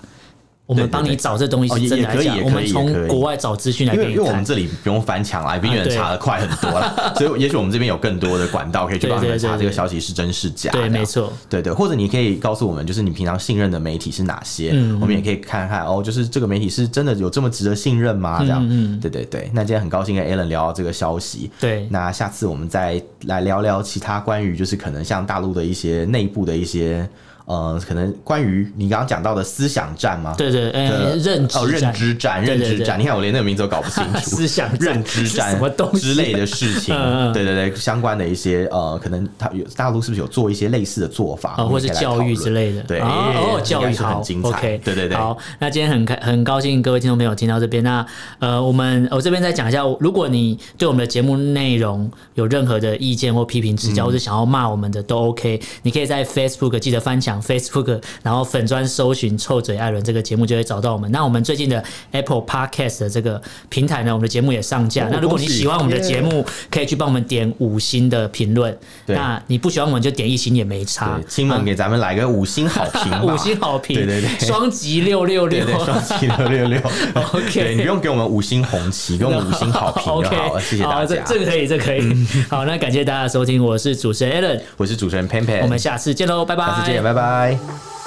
A: 我们帮
B: 对
A: 你
B: 对
A: 找这东西
B: 哦也
A: 是真的还是
B: 也
A: 假
B: 可以
A: 的，
B: 也
A: 我们
B: 可以也可
A: 从
B: 以
A: 国外找资讯来
B: 因为
A: 给
B: 因
A: 你
B: 为我们
A: 看。
B: 这里不用翻墙啦，比
A: 啊
B: 远
A: 对
B: 查的快很多
A: *laughs*
B: 啦，所以也许我们这边有更多的管道可以去
A: 对
B: 帮你
A: 对
B: 们
A: 对
B: 查这
A: 对
B: 个消息是真是假。
A: 对，
B: 这
A: 没
B: 样
A: 错，
B: 对对，或者你可以告诉我们，就是你平常信任的媒体是哪些，
A: 嗯
B: 我们也可以看看哦，就是这个媒体是真的有这么值得信任吗？这样，
A: 嗯
B: 对对对。那今天很高兴跟 Alan 聊到这个消息，
A: 对
B: 那下次我们再来聊聊其他关于就是可能像大陆的一些内部的一些呃，可能关于你刚刚讲到的思想战吗？
A: 对对，
B: 的
A: 呃，认知
B: 哦，认
A: 战
B: 知战，
A: 对
B: 认
A: 对
B: 知
A: 对
B: 战，你看我连那个名字都搞不清楚，
A: *laughs* 思想战
B: 认
A: *laughs*
B: 知
A: 是
B: 战
A: 什么东西啊
B: 之类的事情
A: 嗯，嗯
B: 对对对，相关的一些呃，可能他有大陆是不是有做一些类似的做法，
A: 啊，
B: 我们
A: 或
B: 可以
A: 是
B: 来
A: 教育
B: 讨论
A: 之类的，
B: 对，
A: 哦，
B: 应
A: 哦
B: 该
A: 教育
B: 是很
A: 好
B: 精彩
A: ，OK，
B: 对对对，
A: 好，那今天很开很高兴各位听众朋友听到这边，那呃，我们我这边再讲一下，如果你对我们的节目内容有任何的意见或批评指
B: 嗯
A: 教，或者想要骂我们的都 OK，你可以在 Facebook 记得翻墙 Facebook，然后粉砖搜寻“臭嘴艾伦”这个节目就会找到我们。那我们最近的 Apple Podcast 的这个平台呢，我们的节目也上架
B: 哦。
A: 那如果你
B: 恭喜
A: 喜欢我们的节
B: 耶
A: 目，可以去帮我们点五星的评论。
B: 对
A: 那你不喜欢我们就点一星也没差
B: 对，。亲们给咱们来个五星好评吧，
A: 啊 *laughs* 五星好评，
B: 对对对
A: 双击六六
B: 对
A: 六，
B: *laughs* 对，双击六六六
A: *laughs* OK
B: 对你不用给我们五星红旗，给我们五星好
A: *laughs*
B: 评
A: OK，
B: 就好了，谢谢大
A: 好，这
B: 家。
A: 这个可以，这
B: *laughs*
A: 个可以。好，那感谢大家的收听，我是主持人 Alan，
B: 我是主持人 Pan Pan，
A: 我们下次见喽，拜拜，
B: 下次见，拜拜。